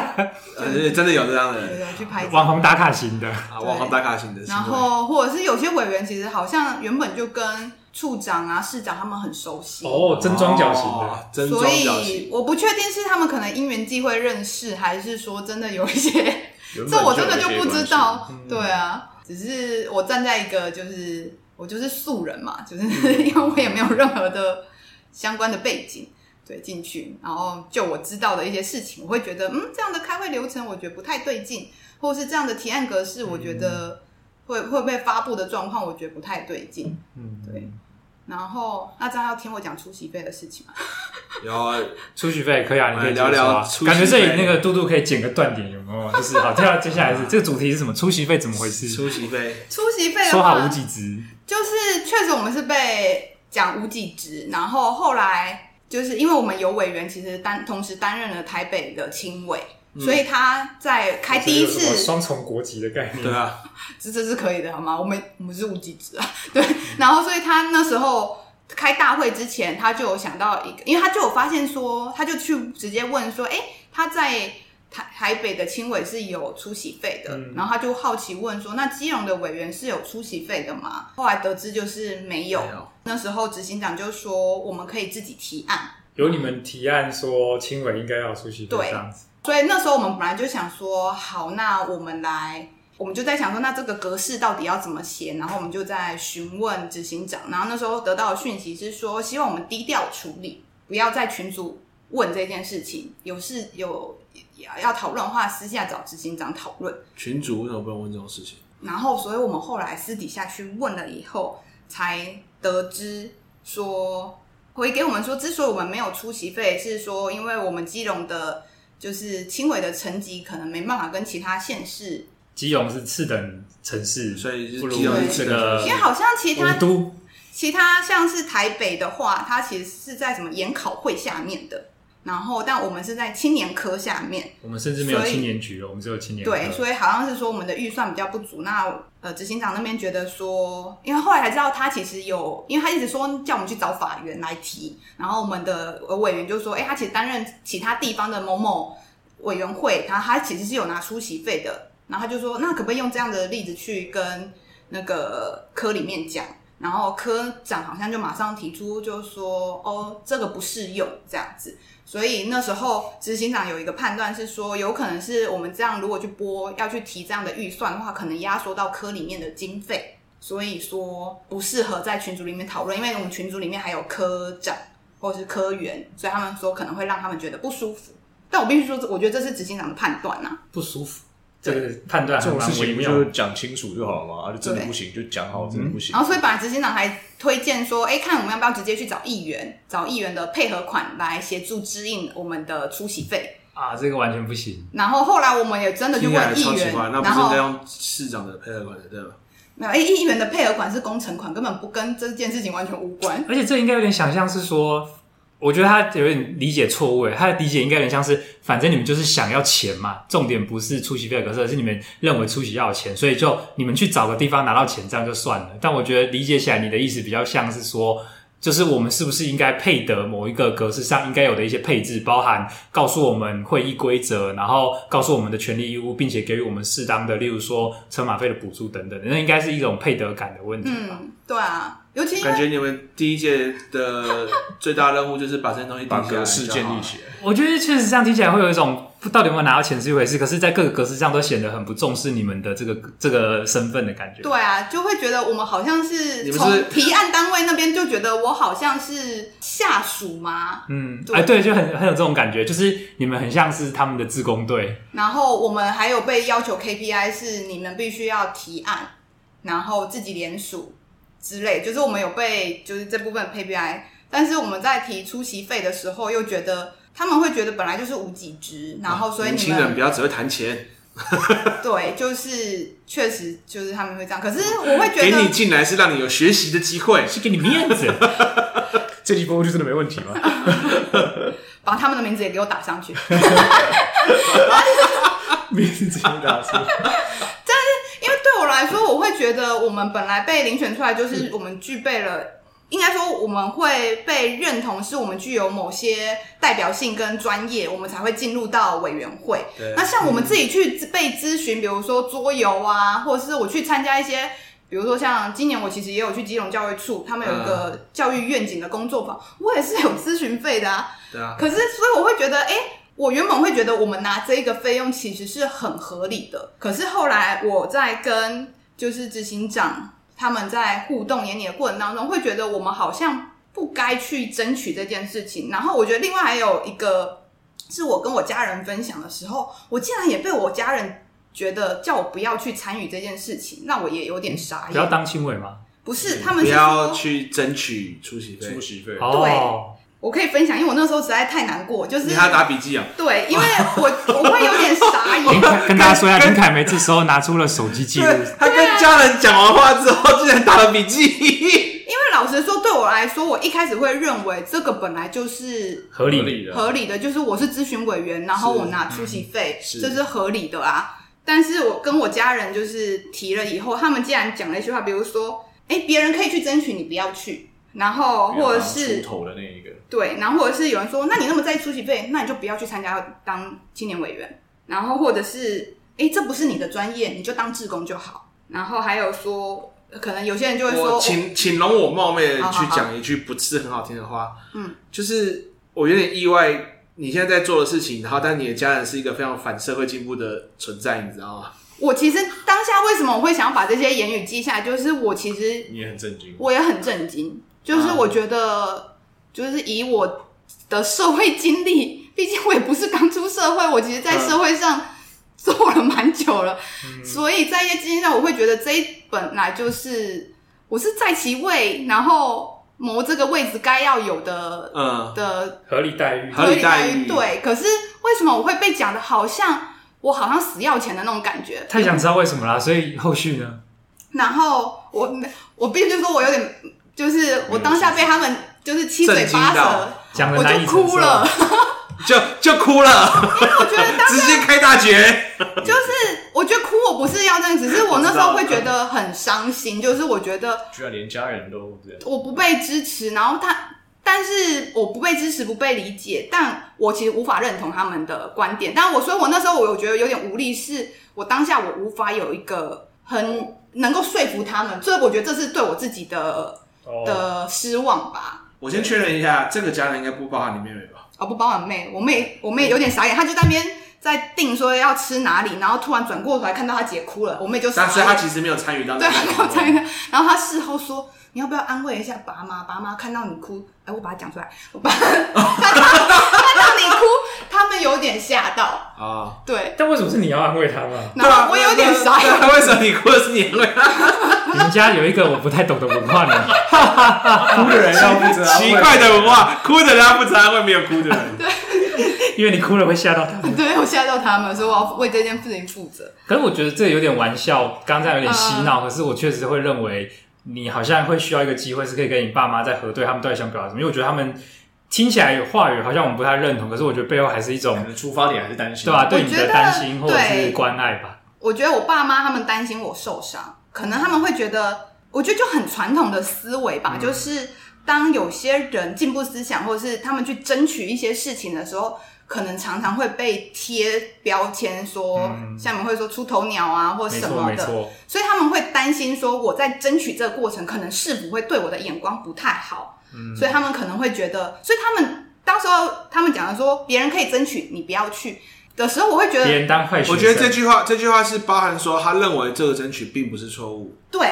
呃，真的有这样的有人有去拍照网红打卡型的。啊，网红打卡型的行为，然后或者是有些委员其实好像原本就跟处长啊、市长他们很熟悉，哦，真装脚型的，哦，真装所脚型以我不确定是他们可能因缘际会认识，还是说真的有一些，原本这我真的有就一些不知关系。嗯道。对啊，只是我站在一个就是我就是素人嘛，就是 因为我也没有任何的相关的背景。对，进去，然后就我知道的一些事情，我会觉得，嗯，这样的开会流程我觉得不太对劲，或是这样的提案格式，我觉嗯得会、会被发布的状况，我觉得不太对劲。嗯，对，然后那这样要听我讲出席费的事情吗？有啊出席费可以啊，你可以我们来聊聊接出受席啊费感觉这里那个嘟嘟可以剪个断点，有没 有？就是好，接下来接下来是这个主题是什么？出席费怎么回事？出席费，出席费的说好话无，几值，就是确实我们是被讲无几职，然后后来就是因为我们有委员其实担同时担任了台北的青委，嗯所以他在开第这一哦是有什么次，双重国籍的概念，对啊，这这是可以的好吗？我们我们是无几职啊，对，然后所以他那时候。开大会之前，他就有想到一个，因为他就有发现说，他就去直接问说，哎、他在台台北的青委是有出席费的，嗯然后他就好奇问说，那基隆的委员是有出席费的吗？后来得知就是没有。没有那时候执行长就说，我们可以自己提案。有你们提案说青委应该要出席这对样子，所以那时候我们本来就想说，好，那我们来，我们就在想说，那这个格式到底要怎么写？然后我们就在询问执行长，然后那时候得到的讯息是说，希望我们低调处理，不要在群组问这件事情，有事有要要讨论的话，私下找执行长讨论。群主为什么不能问这种事情？然后，所以我们后来私底下去问了以后，才得知说，回给我们说，之所以我们没有出席费，是说因为我们基隆的，就是轻微的成绩可能没办法跟其他县市，基隆是次等城市，所以不就如是基隆是这次等个城因为好像其他五呃都其他像是台北的话，它其实是在什么研考会下面的。然后但我们是在青年科下面，我们甚至没有所以青年局了，我们只有青年对，科所以好像是说我们的预算比较不足。那呃，执行长那边觉得说，因为后来才知道他其实有，因为他一直说叫我们去找法院来提，然后我们的呃委员就说，哎、他其实担任其他地方的某某委员会，然后他其实是有拿出席费的。然后他就说，那可不可以用这样的例子去跟那个科里面讲？然后科长好像就马上提出，就说哦，这个不适用这样子。所以那时候执行长有一个判断是说，有可能是我们这样如果去拨要去提这样的预算的话，可能压缩到科里面的经费，所以说不适合在群组里面讨论，因为我们群组里面还有科长或者是科员，所以他们说可能会让他们觉得不舒服。但我必须说，我觉得这是执行长的判断啊嗯呐、不舒服，这个判断这还种蛮事微情妙就的。讲清楚就好了嘛，啊，就真的不行就讲好，真的不行嗯然。后所以本来执行长还推荐说，哎，看我们要不要直接去找议员，找议员的配合款来协助支应我们的出席费。啊，这个完全不行。然后后来我们也真的去听起来问议超奇员，怪，那不然是后应该用市长的配合款才对吧？没有，哎，议员的配合款是工程款，根本不跟这件事情完全无关。而且这应该有点想象是说，我觉得他有点理解错误诶，他的理解应该有点像是，反正你们就是想要钱嘛，重点不是出席费的格式，而是你们认为出席要有钱，所以就你们去找个地方拿到钱，这样就算了。但我觉得理解起来你的意思比较像是说。就是我们是不是应该配得某一个格式上应该有的一些配置，包含告诉我们会议规则，然后告诉我们的权利义务，并且给予我们适当的，例如说车马费的补助等等，那应该是一种配得感的问题吧。嗯，对啊，尤其因感为觉你们第一届的最大任务就是把这些东西定把下来格式建立起来。我觉得确实这样听起来会有一种不到底有没有拿到钱是一回事，可是，在各个格式上都显得很不重视你们的这个这个身份的感觉。对啊，就会觉得我们好像是你们是从提案单位那边就觉得我好像是下属嘛，嗯，对哎，对，就很很有这种感觉，就是你们很像是他们的自工队，然后我们还有被要求 KPI 是你们必须要提案，然后自己联署之类，就是我们有被就是这部分 KPI，但是我们在提出席费的时候又觉得。他们会觉得本来就是无几职，然后所以年你轻们、人不要只会谈钱，对，就是确实就是他们会这样。可是我会觉得给你进来是让你有学习的机会。是给你面子。 这期播出真的没问题 吗？把他们的名字也给我打上去。名字直接打出，因为对我来说，我会觉得我们本来被遴选出来，嗯就是我们具备了，应该说我们会被认同，是我们具有某些代表性跟专业，我们才会进入到委员会。对那像我们自己去咨被咨询，比如说桌游啊，或者是我去参加一些，比如说像今年我其实也有去基隆教育处，他们嗯有一个教育愿景的工作坊，我也是有咨询费的啊。对啊，可是，所以我会觉得，哎、我原本会觉得我们拿这个费用其实是很合理的。可是后来我在跟就是执行长他们在互动演你的过程当中，会觉得我们好像不该去争取这件事情。然后我觉得另外还有一个是我跟我家人分享的时候，我竟然也被我家人。觉得叫我不要去参与这件事情，那我也有点傻不要眼。当亲委嘛。不是，他们不是要说，去争取出席费出。席费。哦，我可以分享，因为我那时候实在太难过，就是你还要打笔记啊？对，因为我我会有点傻林眼，凯跟大家说一下，林凯梅这时候拿出了手机记录，对，他啊跟家人讲完话之后，竟然打了笔记。因为老实说，对我来说，我一开始会认为这个本来就是合理。啊的合理的，就是我是咨询委员，然后是我拿出席费，是这是合理的啊。但是我跟我家人就是提了以后，他们竟然讲了一句话，比如说，哎，别人可以去争取，你不要去，然后啊或者是啊出头的那一个，对，然后或者是有人说，那你那么在意出席费，那你就不要去参加当青年委员。然后或者是，哎，这不是你的专业，你就当志工就好。然后还有说，可能有些人就会说，我请请容我冒昧地好好去好讲一句不是很好听的话，嗯，就是我有点意外，你现在在做的事情，然后但你的家人是一个非常反社会进步的存在，你知道吗？我其实当下为什么我会想要把这些言语记下来，就是我其实你也很震惊。我也很震惊，就是我觉得，就是以我的社会经历， 毕竟我也不是刚出社会，我其实在社会上做了蛮久了，嗯所以在一些经历上，我会觉得这一本来就是我是在其位，然后谋这个位置该要有的嗯，的合理待遇，合理待遇对，可是为什么我会被讲的好像我好像死要钱的那种感觉？太想知道为什么啦，所以后续呢？然后我我必须说，我有点就是我当下被他们就是七嘴八震惊到舌，讲的我难以就承哭受了。就就哭了，因为我觉得当直接开大绝。就是我觉得哭我不是要这样，只是我那时候会觉得很伤心，就是我觉得居然连家人都这样，我不被支持，然后他，但是我不被支持，不被理解，但我其实无法认同他们的观点。但我所以，我那时候我有觉得有点无力，是我当下我无法有一个很能够说服他们，所以我觉得这是对我自己的哦，的失望吧。我先确认一下，这个家人应该不包含你妹妹吧？哦，不包含妹，我妹我妹有点傻眼，她就在那边在定说要吃哪里，然后突然转过头来看到她姐哭了，我妹就傻但是眼。她其实没有参与到那对，个他活没动。有参与。然后他事后说：“你要不要安慰一下爸妈？爸妈看到你哭，哎，我把它讲出来，我 把看到看到你哭，他们有点吓到。啊。对，但为什么是你要安慰他们？然后我有点傻眼。那为什么你哭的是你？你们家有一个我不太懂的文化呢， 哭的人要负责 奇怪的文化，哭的人他不知道，会没有哭的 人。因为你哭了会吓到他。啊对，我吓到他们，所以我要为这件事情负责。可是我觉得这有点玩笑，刚才有点嬉嗯闹，可是我确实会认为你好像会需要一个机会，是可以跟你爸妈再核对他们到底想表达什么，因为我觉得他们听起来有话语好像我们不太认同，可是我觉得背后还是一嗯可种能出发点还是担心，对吧、我对你觉的得担心或者是对关爱吧。我觉得我爸妈他们担心我受伤，可能他们会觉得，我觉得就很传统的思维嗯吧，就是当有些人进步思想，或者是他们去争取一些事情的时候，可能常常会被贴标签说，下面会说出头鸟啊，或没什错，么嗯没的，错，所以他们会担心说，我在争取这个过程，可能是否会对我的眼光不太好，嗯所以他们可能会觉得，所以他们当时候他们讲的说，别人可以争取，你不要去的时候，我会觉得别人当坏学生，我觉得这句话，这句话是包含说，他认为这个争取并不是错误，对。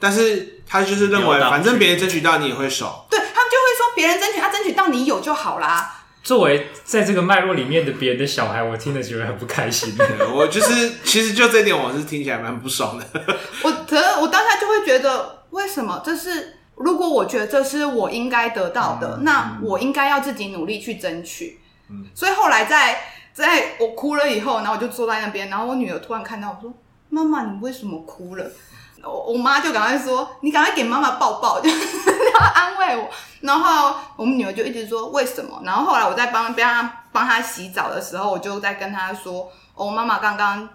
但是他就是认为，有道理反正别人争取到你也会爽。对他们就会说别人争取，他争取到你有就好啦。作为在这个脉络里面的别人的小孩，我听了觉得很不开心。 我就是，其实就这点，我是听起来蛮不爽的。我可能我当下就会觉得，为什么这是？如果我觉得这是我应该得到的，那我应该要自己努力去争取。所以后来在在我哭了以后，然后我就坐在那边，然后我女儿突然看到我说：“妈妈，你为什么哭了？”我我妈就赶快说：“你赶快给妈妈抱抱， 就是要安慰我。”然后我们女儿就一直说为什么。然后后来我在帮帮她帮她洗澡的时候，我就在跟她说：“哦，妈妈刚刚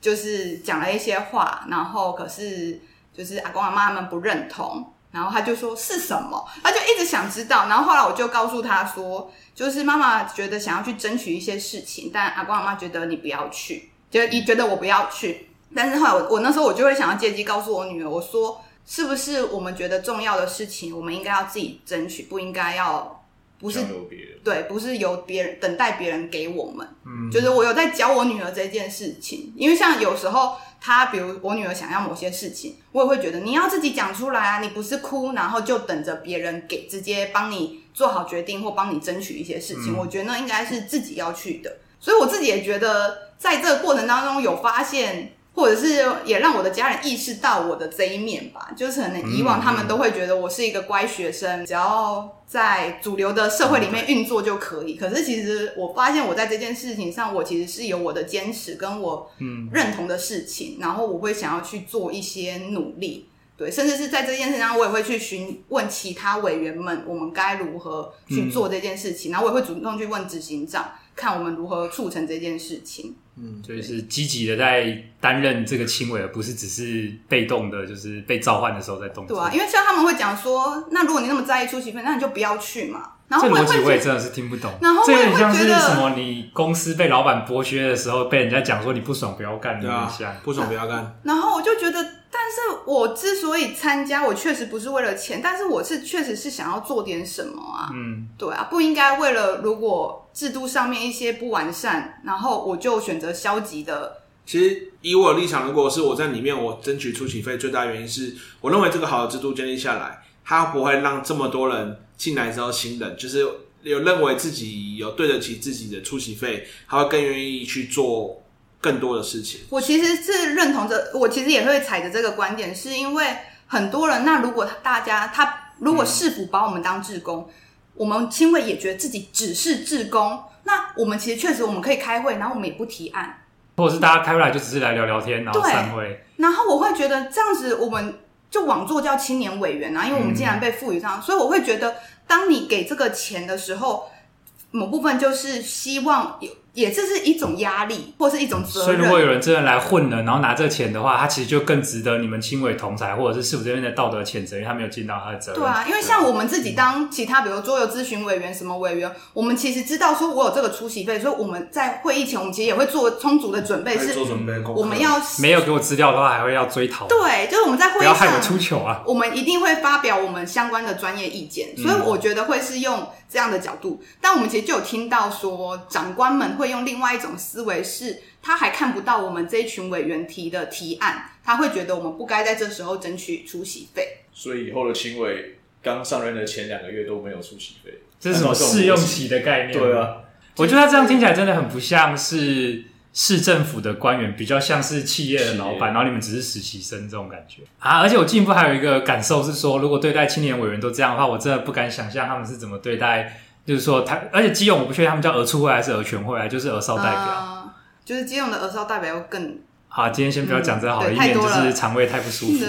就是讲了一些话，然后可是就是阿公阿妈他们不认同。”然后她就说是什么，她就一直想知道。然后后来我就告诉她说，就是妈妈觉得想要去争取一些事情，但阿公阿妈觉得你不要去，就你觉得我不要去。但是后来我我那时候我就会想要借机告诉我女儿，我说是不是我们觉得重要的事情，我们应该要自己争取，不应该要不是交由别人。对，不是由别人等待别人给我们。嗯，就是我有在教我女儿这件事情，因为像有时候她，比如我女儿想要某些事情，我也会觉得你要自己讲出来啊，你不是哭，然后就等着别人给直接帮你做好决定或帮你争取一些事情。我觉得那应该是自己要去的，所以我自己也觉得在这个过程当中有发现。或者是也让我的家人意识到我的这一面吧，就是可能以往他们都会觉得我是一个乖学生，只要在主流的社会里面运作就可以。可是其实我发现我在这件事情上，我其实是有我的坚持跟我认同的事情，然后我会想要去做一些努力。对，甚至是在这件事上，我也会去询问其他委员们，我们该如何去做这件事情，然后我也会主动去问执行长，看我们如何促成这件事情。就是积极的在担任这个轻微，而不是只是被动的，就是被召唤的时候在动对作。啊，因为像他们会讲说，那如果你那么在意出席费，那你就不要去嘛。然后这我也逻辑会我也觉真得，的是听不懂，然后这我有也点像是会觉得什么？你公司被老板剥削的时候，被人家讲说你不爽不要干，你对有啊点像。，不爽不要干。然后我就觉得，但是我之所以参加，我确实不是为了钱，但是我是确实是想要做点什么啊。嗯，对啊，不应该为了如果制度上面一些不完善，然后我就选择消极的。其实以我的立场，如果是我在里面，我争取出席费最大原因是，我认为这个好的制度建立下来，它不会让这么多人进来之后新人，就是有认为自己有对得起自己的出席费，他会更愿意去做更多的事情。我其实是认同这，我其实也会踩着这个观点，是因为很多人，那如果大家他如果市府把我们当志工，我们亲卫也觉得自己只是志工，那我们其实确实我们可以开会，然后我们也不提案。或者是大家开会来就只是来聊聊天，然后对散会。然后我会觉得这样子，我们就网做叫青年委员啊，因为我们既然被赋予这样，所以我会觉得，当你给这个钱的时候，某部分就是希望有，也这是一种压力或是一种责所以如果任。有人真的来混了，然后拿这钱的话，他其实就更值得你们亲委同财或者是市府这边的道德谴责，因为他没有尽到他的责任。对啊，因为像我们自己当其他，比如桌游咨询委员什么委员，我们其实知道说我有这个出席费，所以我们在会议前，我们其实也会做充足的准备，来是做准备功课我们要没有给我资料的话，还会要追讨，对，就是我们在会不议要上害我出糗啊！我们一定会发表我们相关的专业意嗯见，所以我觉得会是用这样的角度。但我们其实就有听到说，长官们会用另外一种思维，是他还看不到我们这一群委员提的提案，他会觉得我们不该在这时候争取出席费。所以以后的青委刚上任的前两个月都没有出席费，这是什么试用期的概念？对，啊，我觉得他这样听起来真的很不像是市政府的官员，比较像是企业的老企业板，然后你们只是实习生这种感觉啊。而且我进一步还有一个感受是说，如果对待青年委员都这样的话，我真的不敢想象他们是怎么对待。就是说他，而且基隆我不确定他们叫儿促会还是儿权会，还就是儿少代表。呃就是基隆的儿少代表又更好，今天先不要讲这好了，嗯以对太免就多了是肠胃太不舒服。对，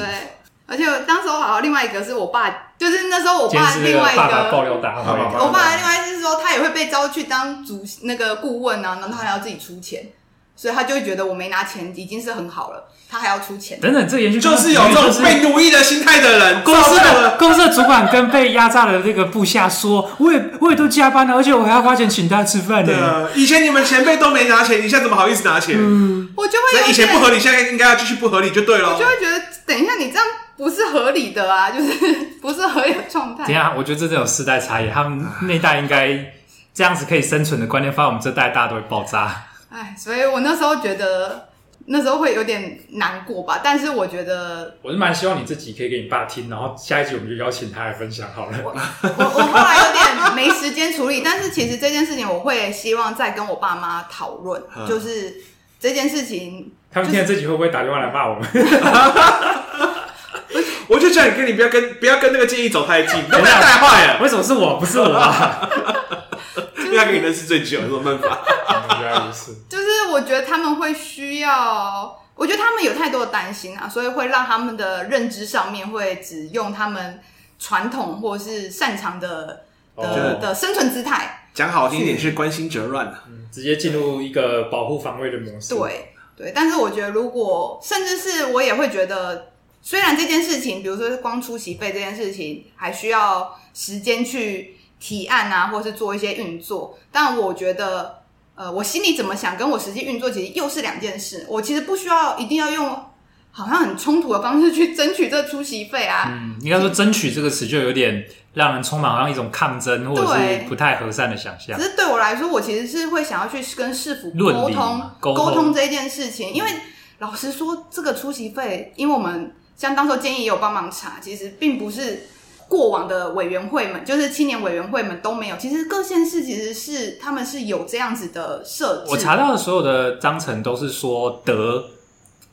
而且当时我好像另外一个是我爸，就是那时候我今天爸是另外一爸爸爆个。料大爸会爸，我爸另外是说，他也会被招去当主那个顾问啊，然后他还要自己出钱，所以他就会觉得我没拿钱已经是很好了，他还要出钱。等等，这延续就是有这种被奴役的心态的人， 公造司就的嗯了公司的主管跟被压榨的这个部下说，我也我也都加班了，而且我还要花钱请他吃饭对呢。啊，以前你们前辈都没拿钱，你现在怎么好意思拿钱？我就会那有以前不点，合理，现在应该要继续不合理就对我了就。会觉得，等一下你这样不是合理的啊，就是 不是合理的状等一态。下，我觉得这种世代差异，他们那代应该这样子可以生存的观念，放在我们这代大家都会爆炸。哎，所以我那时候觉得，那时候会有点难过吧。但是我觉得，我是蛮希望你自己可以给你爸听，然后下一集我们就邀请他来分享好了。我我后来有点没时间处理。但是其实这件事情，我会希望再跟我爸妈讨论，嗯就是这件事情。他们听了这集会不会打电话来骂我 们？我就叫你跟你不要跟不要跟那个建议走太 近，你都被他带坏 了。为什么是我，不是我啊？因为他跟你认识最久，有什么办法？ 原来如此。就是我觉得他们会需要，我觉得他们有太多的担心啊，所以会让他们的认知上面会只用他们传统或是擅长的的、哦的生存姿态。讲好听一点是关心者乱啊，直接进入一个保护防卫的模式。，对对，但是我觉得如果甚至是我也会觉得，虽然这件事情，比如说光出席费这件事情，还需要时间去提案啊，或是做一些运作，但我觉得。呃，我心里怎么想，跟我实际运作其实又是两件事。我其实不需要一定要用好像很冲突的方式去争取这出席费啊。嗯，应该说“争取”这个词就有点让人充满好像一种抗争或者是对不太和善的想象只。是对我来说，我其实是会想要去跟市府论理沟通嘛沟通沟通这件事情，因为老实说，这个出席费，因为我们像当时建议也有帮忙查，其实并不是过往的委员会们，就是青年委员会们都没有。其实各县市其实是他们是有这样子的设置，我查到的所有的章程都是说得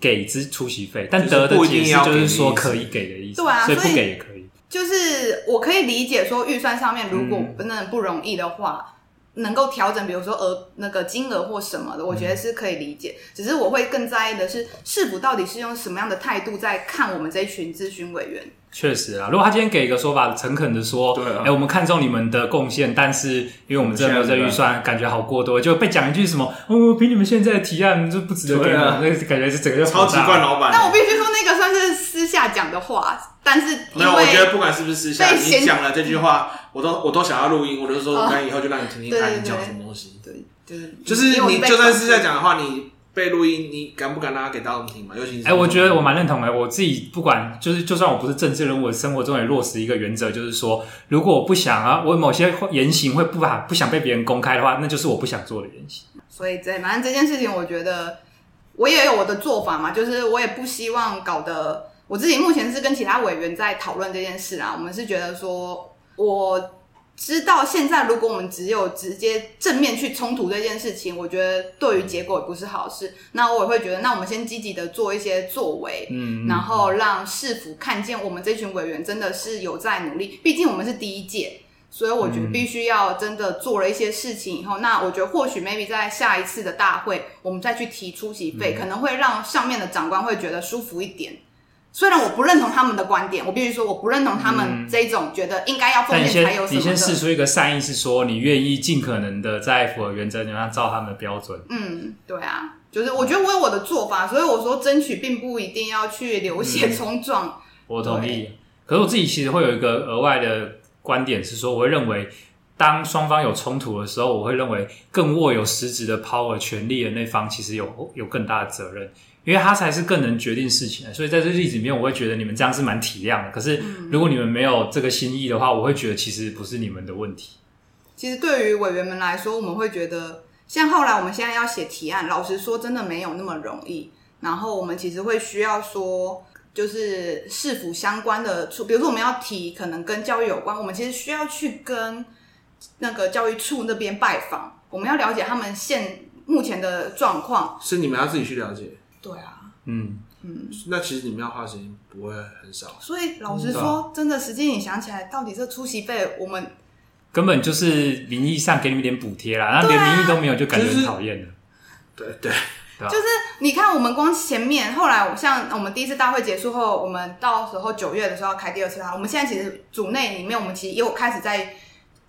给之出席费，但就是得的不一解定释要就给是的说意思可以给的意思，对啊所以不所以给也可以。就是我可以理解说预算上面如果真的不容易的话，能够调整，比如说额那个金额或什嗯么的，我觉得是可以理解。只是我会更在意的是，市府到底是用什么样的态度在看我们这一群咨询委员？确实啊，如果他今天给一个说法，诚恳的说，对啊哎、我们看中你们的贡献，但是因为我们真的没有这预算，感觉好过多，就被讲一句什么，哦，比你们现在的提案就不值得给你对们啊，那、感觉是整个就 超级了。惯老板。但我必须说，那个算是私下讲的话，但是没因有，我觉为得不管是不是私下，被嫌你讲了这句话，我都我都想要录音，我就说，哦那以后就让你听听对看对你讲对什么东西。对，就是就是因为你我被就算是在讲的话，你被录音，你敢不敢让他给大众听嘛？尤其是哎、我觉得我蛮认同的。我自己不管，就是就算我不是政治人物，我生活中也落实一个原则，就是说，如果我不想啊，我某些言行会不把不想被别人公开的话，那就是我不想做的言行。嗯所以这反正这件事情，我觉得我也有我的做法嘛，就是我也不希望搞得我自己目前是跟其他委员在讨论这件事啊，我们是觉得说，我知道现在如果我们只有直接正面去冲突这件事情，我觉得对于结果也不是好事。那我也会觉得，那我们先积极的做一些作为，嗯，嗯然后让市府看见我们这群委员真的是有在努力，毕竟我们是第一届，所以我嗯觉得必须要真的做了一些事情以后，那我觉得或许 maybe 在下一次的嗯大会，我们再去提出席费，可能会让上面的长官会觉得舒服一点。虽然我不认同他们的观点，我必须说我不认同他们这一种觉得应该要嗯但奉你献才有先什你先么试的。出一个善意，是说你愿意尽可能的在符合原则，你要照他们的标准。嗯，对啊，就是我觉得我有我的做法，所以我说争取并不一定要去流血嗯冲撞。我同意。可是我自己其实会有一个额外的观点是说，我会认为，当双方有冲突的时候，我会认为更握有实质的 power 权力的那方其实有有更大的责任，因为他才是更能决定事情的。所以在这例子里面，我会觉得你们这样是蛮体谅的。可是如果你们没有这个心意的话，我会觉得其实不是你们的问题。其实对于委员们来说，我们会觉得，像后来我们现在要写提案，老实说，真的没有那么容易。然后我们其实会需要说，就是市府相关的处，比如说我们要提可能跟教育有关，我们其实需要去跟那个教育处那边拜访，我们要了解他们现目前的状况。是你们要自己去了解。对啊，嗯，嗯，那其实你们要花的时间不会很少，所以老实嗯对说，真的，实际你想起来，到底这出席费我们根本就是名义上给你们一点补贴啦，那连名义都没有，就感觉很讨厌了。对对，你看，我们光前面，后来我像呃我们第一次大会结束后，我们到时候九月的时候要开第二次大会，我们现在其实组内里面，我们其实也有开始在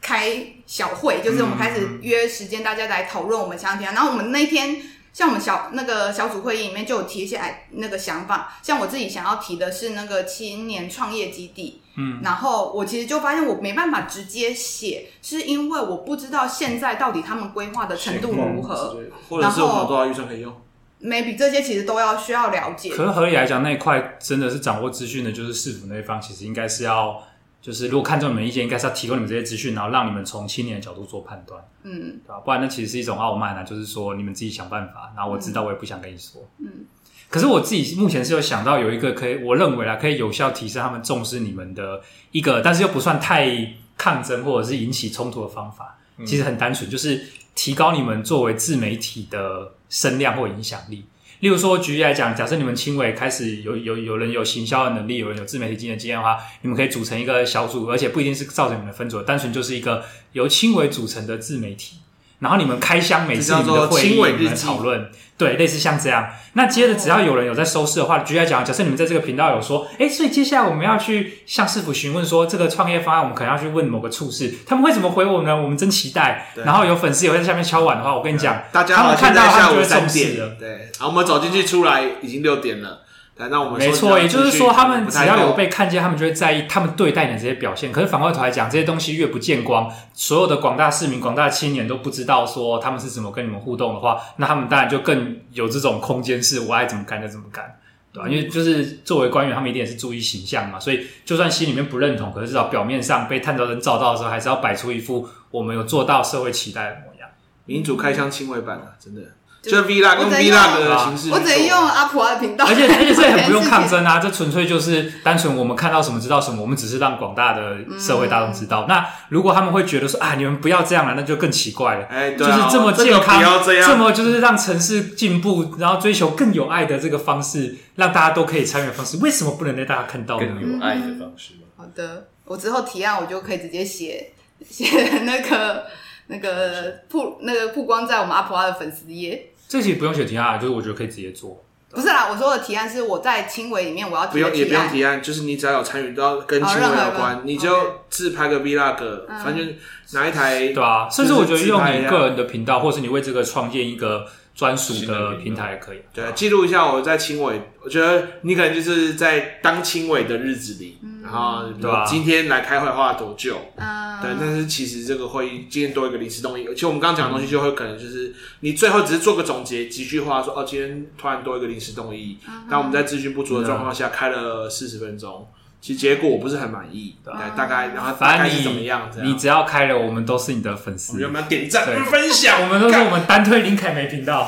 开小会，就是我们开始约时间，大家来讨论我们想法。然后我们那天，像我们小那个小组会议里面就有提一些哎那个想法，像我自己想要提的是那个青年创业基地，嗯，然后我其实就发现我没办法直接写，是因为我不知道现在到底他们规嗯划的程度如何。或者是我们有多少预算可以用？ maybe 这些其实都要需要了解。可是合理来讲，那一块真的是掌握资讯的，就是市府那一方，其实应该是要，就是如果看中你们意见，应该是要提供你们这些资讯，然后让你们从青年的角度做判断，嗯，对吧？不然那其实是一种傲慢啊，就是说你们自己想办法，然后我知道，我也不想跟你说。嗯。可是我自己目前是有想到有一个可以，我认为啦，可以有效提升他们重视你们的一个，但是又不算太抗争或者是引起冲突的方法。其实很单纯，就是提高你们作为自媒体的声量或影响力。例如说，举例来讲，假设你们轻微开始有有有人有行销的能力，有人有自媒体经验经验的话，你们可以组成一个小组，而且不一定是造成你们的分组，单纯就是一个由轻微组成的自媒体。然后你们开箱每次这叫你们做的会轻议，微日你们记哦讨论，对，类似像这样。那接着只要有人有在收视的话，举例来讲，假设你们在这个频道有说，哎，所以接下来我们要去向市府询问说这个创业方案，我们可能要去问某个处室，他们会怎么回我们呢？我们真期待。对嗯然后有粉丝也会在下面敲碗的话，我跟你讲，啊大家他好，们现看到在他下们午就会三重视了点，。对，好，我们走进去出来已经六点了，对，那我们没说错，也就是说，他们不只太要有够被看见，他们就会在意他们对待你的这些表现。可是反过头来讲，这些东西越不见光，所有的广大市民、广大青年都不知道说他们是怎么跟你们互动的话，那他们当然就更有这种空间，是我爱怎么干就怎么干，对吧、因为就是作为官员，他们一定也是注意形象嘛，所以就算心里面不认同，可是至少表面上被探照灯照到的时候，还是要摆出一副我们有做到社会期待的模样。民主开箱轻微版啊，真的，就就 V 啦，我用只能 V 啦的用形式去做，我只能用阿普的频道，而且而且这也很不用抗这件事情。争啊，这纯粹就是单纯我们看到什么知道什么，我们只是让广大的社会大众知道。那如果他们会觉得说啊，你们不要这样了，那就更奇怪了。哎，就对是啊这么健这个康，不要这样，么就是让城市进步，然后追求更有爱的这个方式，让大家都可以参与的方式，为什么不能让大家看到呢？更有爱嗯的方式吗？好的，我之后提案我就可以直接写写那个那个曝那个曝光在我们阿普的粉丝页。这其实不用写提案啊，就是我觉得可以直接做。不是啦，我说的提案是我在轻微里面我要不提的用也不提用案。提案，就是你只要有参与到跟哦新闻任何有关的，你 OK 就自拍个 vlog，嗯反正拿一台对啊，甚至我觉得用就是自拍你啊个人的频道，或是你为这个创建一个专属新的频的道平台也可以。对，啊记录一下我在青委，我觉得你可能就是在当青委的日子里，嗯然后比如对啊今天来开会花了多久？对，嗯，但是其实这个会议今天多一个临时动议，而且我们刚刚讲的东西就会可能就是你最后只是做个总结，几句话说哦，今天突然多一个临时动议，嗯那我们在资讯不足的状况下开了四十分钟，其实结果我不是很满意，对，嗯大概然后大反概正是怎么你样？这你样，只要开了，我们都是你的粉我丝们。有没有点赞对分享？我们都是我们单推林凯梅频道，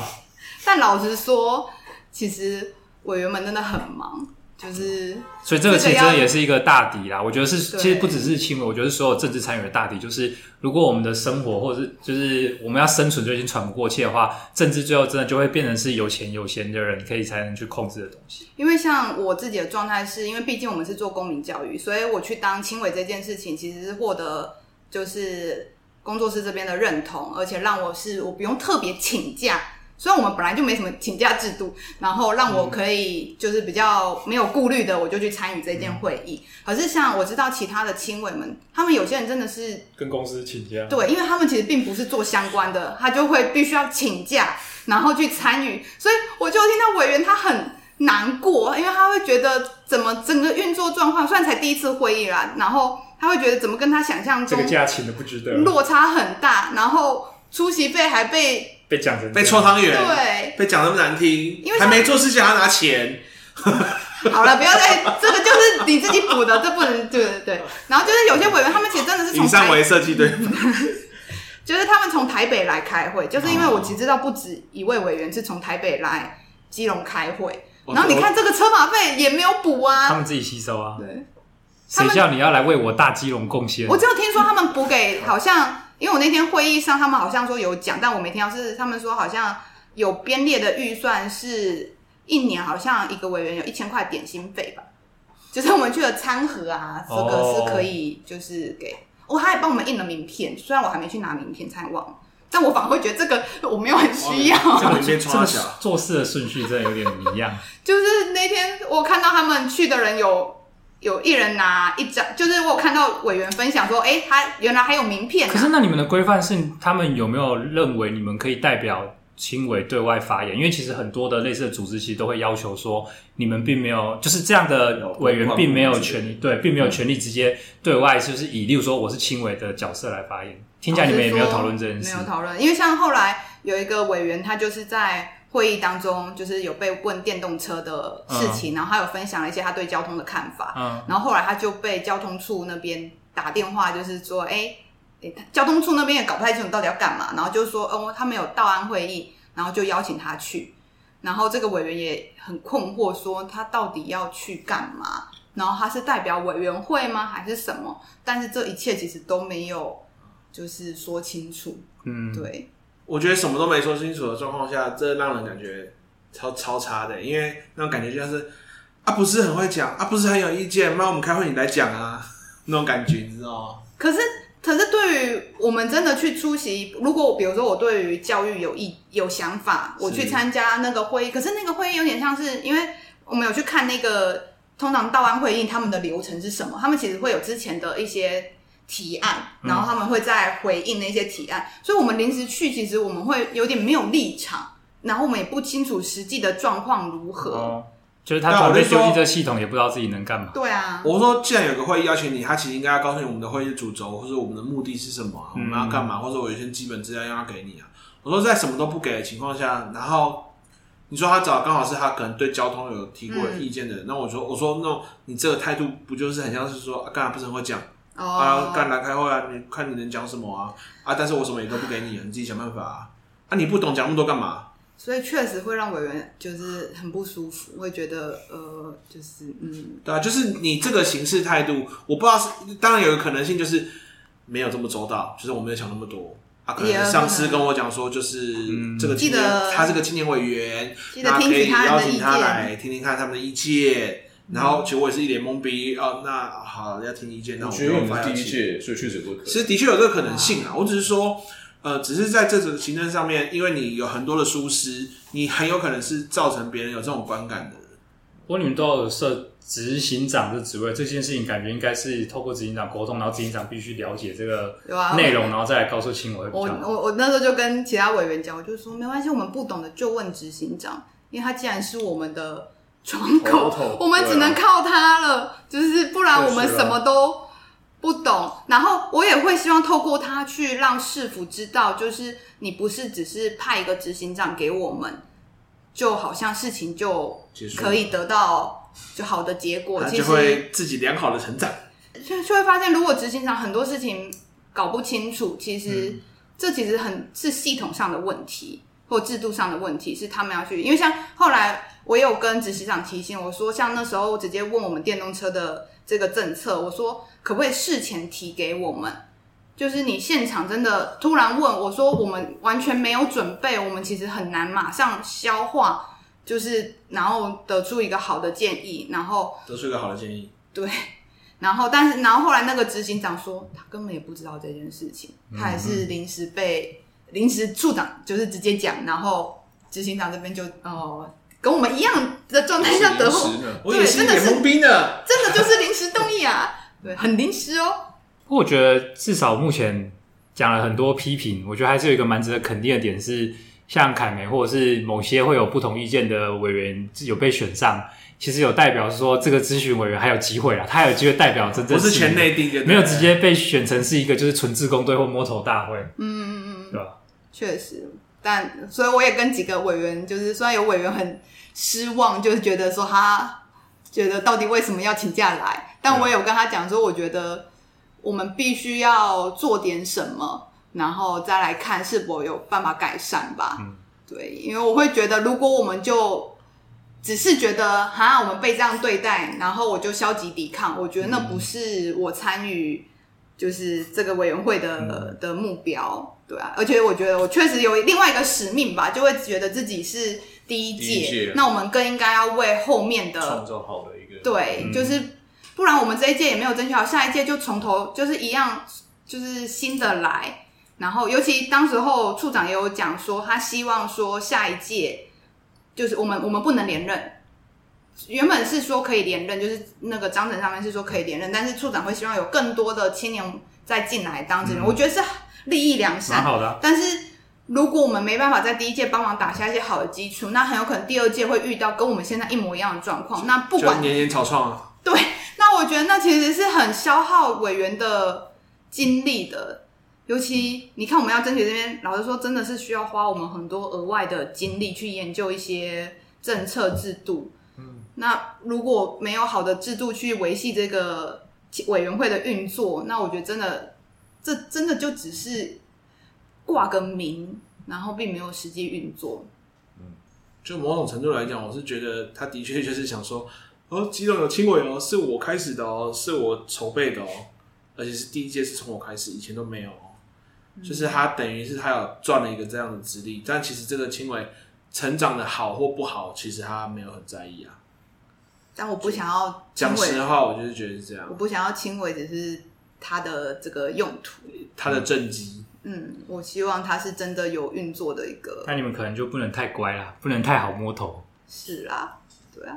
但老实说，其实委员们真的很忙，就是所以这个这其个实真要的也是一个大敌啦。我觉得是，对其实不只是新闻，我觉得是所有政治参与的大敌就是，如果我们的生活或者是就是我们要生存就已经喘不过气的话，政治最后真的就会变成是有钱有闲的人可以才能去控制的东西。因为像我自己的状态是，因为毕竟我们是做公民教育，所以我去当青委这件事情，其实是获得就是工作室这边的认同，而且让我是我不用特别请假虽然我们本来就没什么请假制度，然后让我可以就是比较没有顾虑的，我就去参与这件会议。可是像我知道其他的亲委们，他们有些人真的啊是跟公司请假，对，因为他们其实并不是做相关的，他就会必须要请假，然后去参与。所以我就听到委员他很难过，因为他会觉得怎么整个运作状况，虽然才第一次会议啦，然后他会觉得怎么跟他想象这中个假请的不值得，落差很大，然后出席费还被被讲成这被样搓汤圆，对。被讲那么难听因为，还像没做事情还要拿钱，好了，不要再这个就是你自己补的，这不能对对对。然后就是有些委员他们其实真的是从以上台嗯为设计对方。就是他们从台北来开会，就是因为我其实知道不止一位委员是从台北来基隆开会，哦然后你看这个车马费也没有补他啊，们自己吸收啊，对，他谁们叫你要来为我大基隆贡献？我只有听说他们补给好像，因为我那天会议上他们好像说有讲，但我没听到，是他们说好像有编列的预算是一年好像一个委员有一千块点心费吧，哦就是我们去的餐盒啊，这个是可以就是给，哦，他还帮我们印了名片，虽然我还没去拿名片，差点忘了，但我反而会觉得这个我没有很需要。哦这样里面这穿个小，做事的顺序真的有点不一样。就是那天我看到他们去的人有有一人拿一张，就是我有看到委员分享说，哎、他原来还有名片、啊。可是那你们的规范是，他们有没有认为你们可以代表轻微对外发言？因为其实很多的类似的组织其实都会要求说，你们并没有就是这样的委员并没有权利，嗯对，并没有权利直接对外，就是以例如说我是轻微的角色来发言。听起来你们也没有讨论这件事嗯没有，讨论，因为像后来有一个委员，他就是在会议当中，就是有被问电动车的事情，然后他有分享了一些他对交通的看法，嗯，然后后来他就被交通处那边打电话，就是说，哎、诶交通处那边也搞不太清楚到底要干嘛，然后就说，哦，他们有到安会议，然后就邀请他去，然后这个委员也很困惑，说他到底要去干嘛？然后他是代表委员会吗，还是什么？但是这一切其实都没有，就是说清楚。嗯，对，我觉得什么都没说清楚的状况下，这让人感觉超超差的，因为那种感觉就像是啊，不是很会讲啊，不是很有意见，那我们开会你来讲啊， 那种感觉，你知道吗？可是可是对于我们真的去出席，如果比如说我对于教育有意有想法，我去参加那个会议，可是那个会议有点像是，因为我们有去看那个通常道安会议他们的流程是什么，他们其实会有之前的一些。提案，然后他们会再回应那些提案，所以我们临时去，其实我们会有点没有立场，然后我们也不清楚实际的状况如何。哦，就是他那突我然被就说丢进这系统，也不知道自己能干嘛。对啊，我说，既然有个会议邀请你，他其实应该要告诉你我们的会议主轴或者我们的目的是什么、嗯啊，我们要干嘛，或者我有一些基本资料要给你啊。我说，在什么都不给的情况下，然后你说他找刚好是他可能对交通有提过嗯意见的人，那我说，我说，那你这个态度不就是很像是说，啊，干嘛不是很会讲？哦、啊，干来开会啊，你看你能讲什么啊？啊，但是我什么也都不给你，你自己想办法啊。啊，你不懂讲那么多干嘛？所以确实会让委员就是很不舒服，会觉得呃，就是嗯，对啊，就是你这个行事态度，我不知道是，当然有一个可能性就是没有这么周到，就是我没有想那么多。啊，可也有可能能上司跟我讲说，就是嗯这个青记年，得他是个青年委员，记得那听可以取他人邀的意请见。嗯他来听听看他们的意见。然后其实我也是一脸懵逼哦，那好要听意见，那我我觉得我就们发是表第一意见届，所以确实不会可其实的确有这个可能性啊。我只是说，呃，只是在这种行政上面，因为你有很多的疏失，你很有可能是造成别人有这种观感的人。不过你们都有设执行长的职位，这件事情感觉应该是透过执行长沟通，然后执行长必须了解这个有啊内容，然后再来告诉青委会比我较好。我我那时候就跟其他委员讲，我就说没关系，我们不懂的就问执行长，因为他既然是我们的窗口，头头我们只能靠他了，就是不然我们什么都不懂。然后我也会希望透过他去让市府知道，就是你不是只是派一个执行长给我们，就好像事情就结束可以得到就好的结果，他其就实会自己良好的成长。就就会发现，如果执行长很多事情搞不清楚，其实、这其实很是系统上的问题或制度上的问题，是他们要去。因为像后来我也有跟执行长提醒我说，像那时候直接问我们电动车的这个政策，我说可不可以事前提给我们？就是你现场真的突然问我说，我们完全没有准备，我们其实很难马上消化，就是然后得出一个好的建议，然后得出一个好的建 议，对，然后但是然后后来那个执行长说他根本也不知道这嗯件事情，他也是临时被临时处长就是直接讲，然后执行长这边就哦，跟我们一样的状态下得后，呢？我也是一脸懵逼呢。真的就是临时动议啊，对，很临时哦。不过我觉得至少目前讲了很多批评，我觉得还是有一个蛮值得肯定的点是，像凯梅或者是某些会有不同意见的委员有被选上，其实有代表说这个咨询委员还有机会啦，他还有机会代表真正不是市民全内定就对了没有直接被选成是一个就是纯自工队或摸头大会，嗯嗯嗯，对吧？确实。但所以我也跟几个委员，就是虽然有委员很失望，就是觉得说他觉得到底为什么要请假来，但我也有跟他讲说，我觉得我们必须要做点什么，然后再来看是否有办法改善吧。嗯对，因为我会觉得，如果我们就只是觉得哈，我们被这样对待，然后我就消极抵抗，我觉得那不是我参与就是这个委员会的、的目标，对啊。而且我觉得我确实有另外一个使命吧，就会觉得自己是第一第一届届，那我们更应该要为后面的创造好的一个，对，嗯就是不然我们这一届也没有争取好，下一届就从头就是一样，就是新的来。然后，尤其当时候处长也有讲说，他希望说下一届就是我们我们不能连任。原本是说可以连任，就是那个章程上面是说可以连任，但是处长会希望有更多的青年再进来当职员，我觉得是利益良善蛮。好的啊、但是如果我们没办法在第一届帮忙打下一些好的基础，那很有可能第二届会遇到跟我们现在一模一样的状况。那不就管年年草创啊，对，那我觉得那其实是很消耗委员的精力的。尤其你看，我们要争取这边，老实说，真的是需要花我们很多额外的精力去研究一些政策制度。嗯，那如果没有好的制度去维系这个委员会的运作，那我觉得真的，这真的就只是挂个名，然后并没有实际运作。就某种程度来讲，我是觉得他的确就是想说，哦，基隆有轻轨哦，是我开始的哦，是我筹备的哦，而且是第一届是从我开始，以前都没有、哦。就是他等于是他有赚了一个这样的资历，但其实这个轻轨成长的好或不好，其实他没有很在意啊。但我不想要轻讲实微，话，我就是觉得是这我样，不想要轻微，只是它的这个用途。他的政绩。嗯，我希望它是真的有运作的一个那你们可能就不能太乖啦，不能太好摸头。是啦，对啊，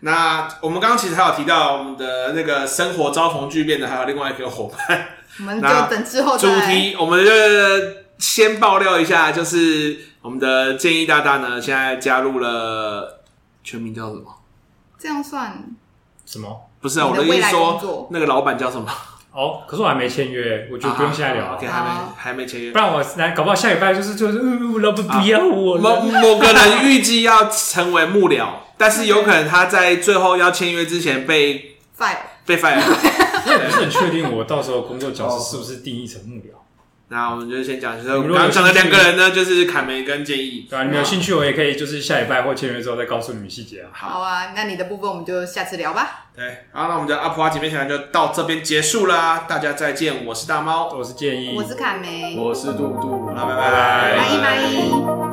那我们刚刚其实还有提到我们的那个生活遭逢巨变的，还有另外一个伙伴，我们就那等之后主再题，我们就先爆料一下，就是我们的建议大大呢，现在加入了全名叫什么？这样算什么？不是啊，你我的的意未思来工说作，那个老板叫什么？啊哦，可是我还没签约，我就不用现在聊了。 OK，还没好还没签约不。然我来，搞不好下礼拜就是就是，呃老板不要我某了。某个人预计要成为幕僚，但是有可能他在最后要签约之前被 file 被 fire。我不是很确定我到时候工作角色是不是定义成幕僚。那我们就先讲，就是你我们们如果有刚刚讲的兴趣两个人呢，就是凯梅跟建议。对啊，你们有兴趣，我也可以就是下礼拜或签约之后再告诉你们细节啊。好啊，那你的部分我们就下次聊吧，对，好，那我们的阿普阿姐妹谈就到这边结束啦，大家再见，我是大猫，嗯我是建议，我是凯梅，我是杜杜，好，拜拜拜拜拜。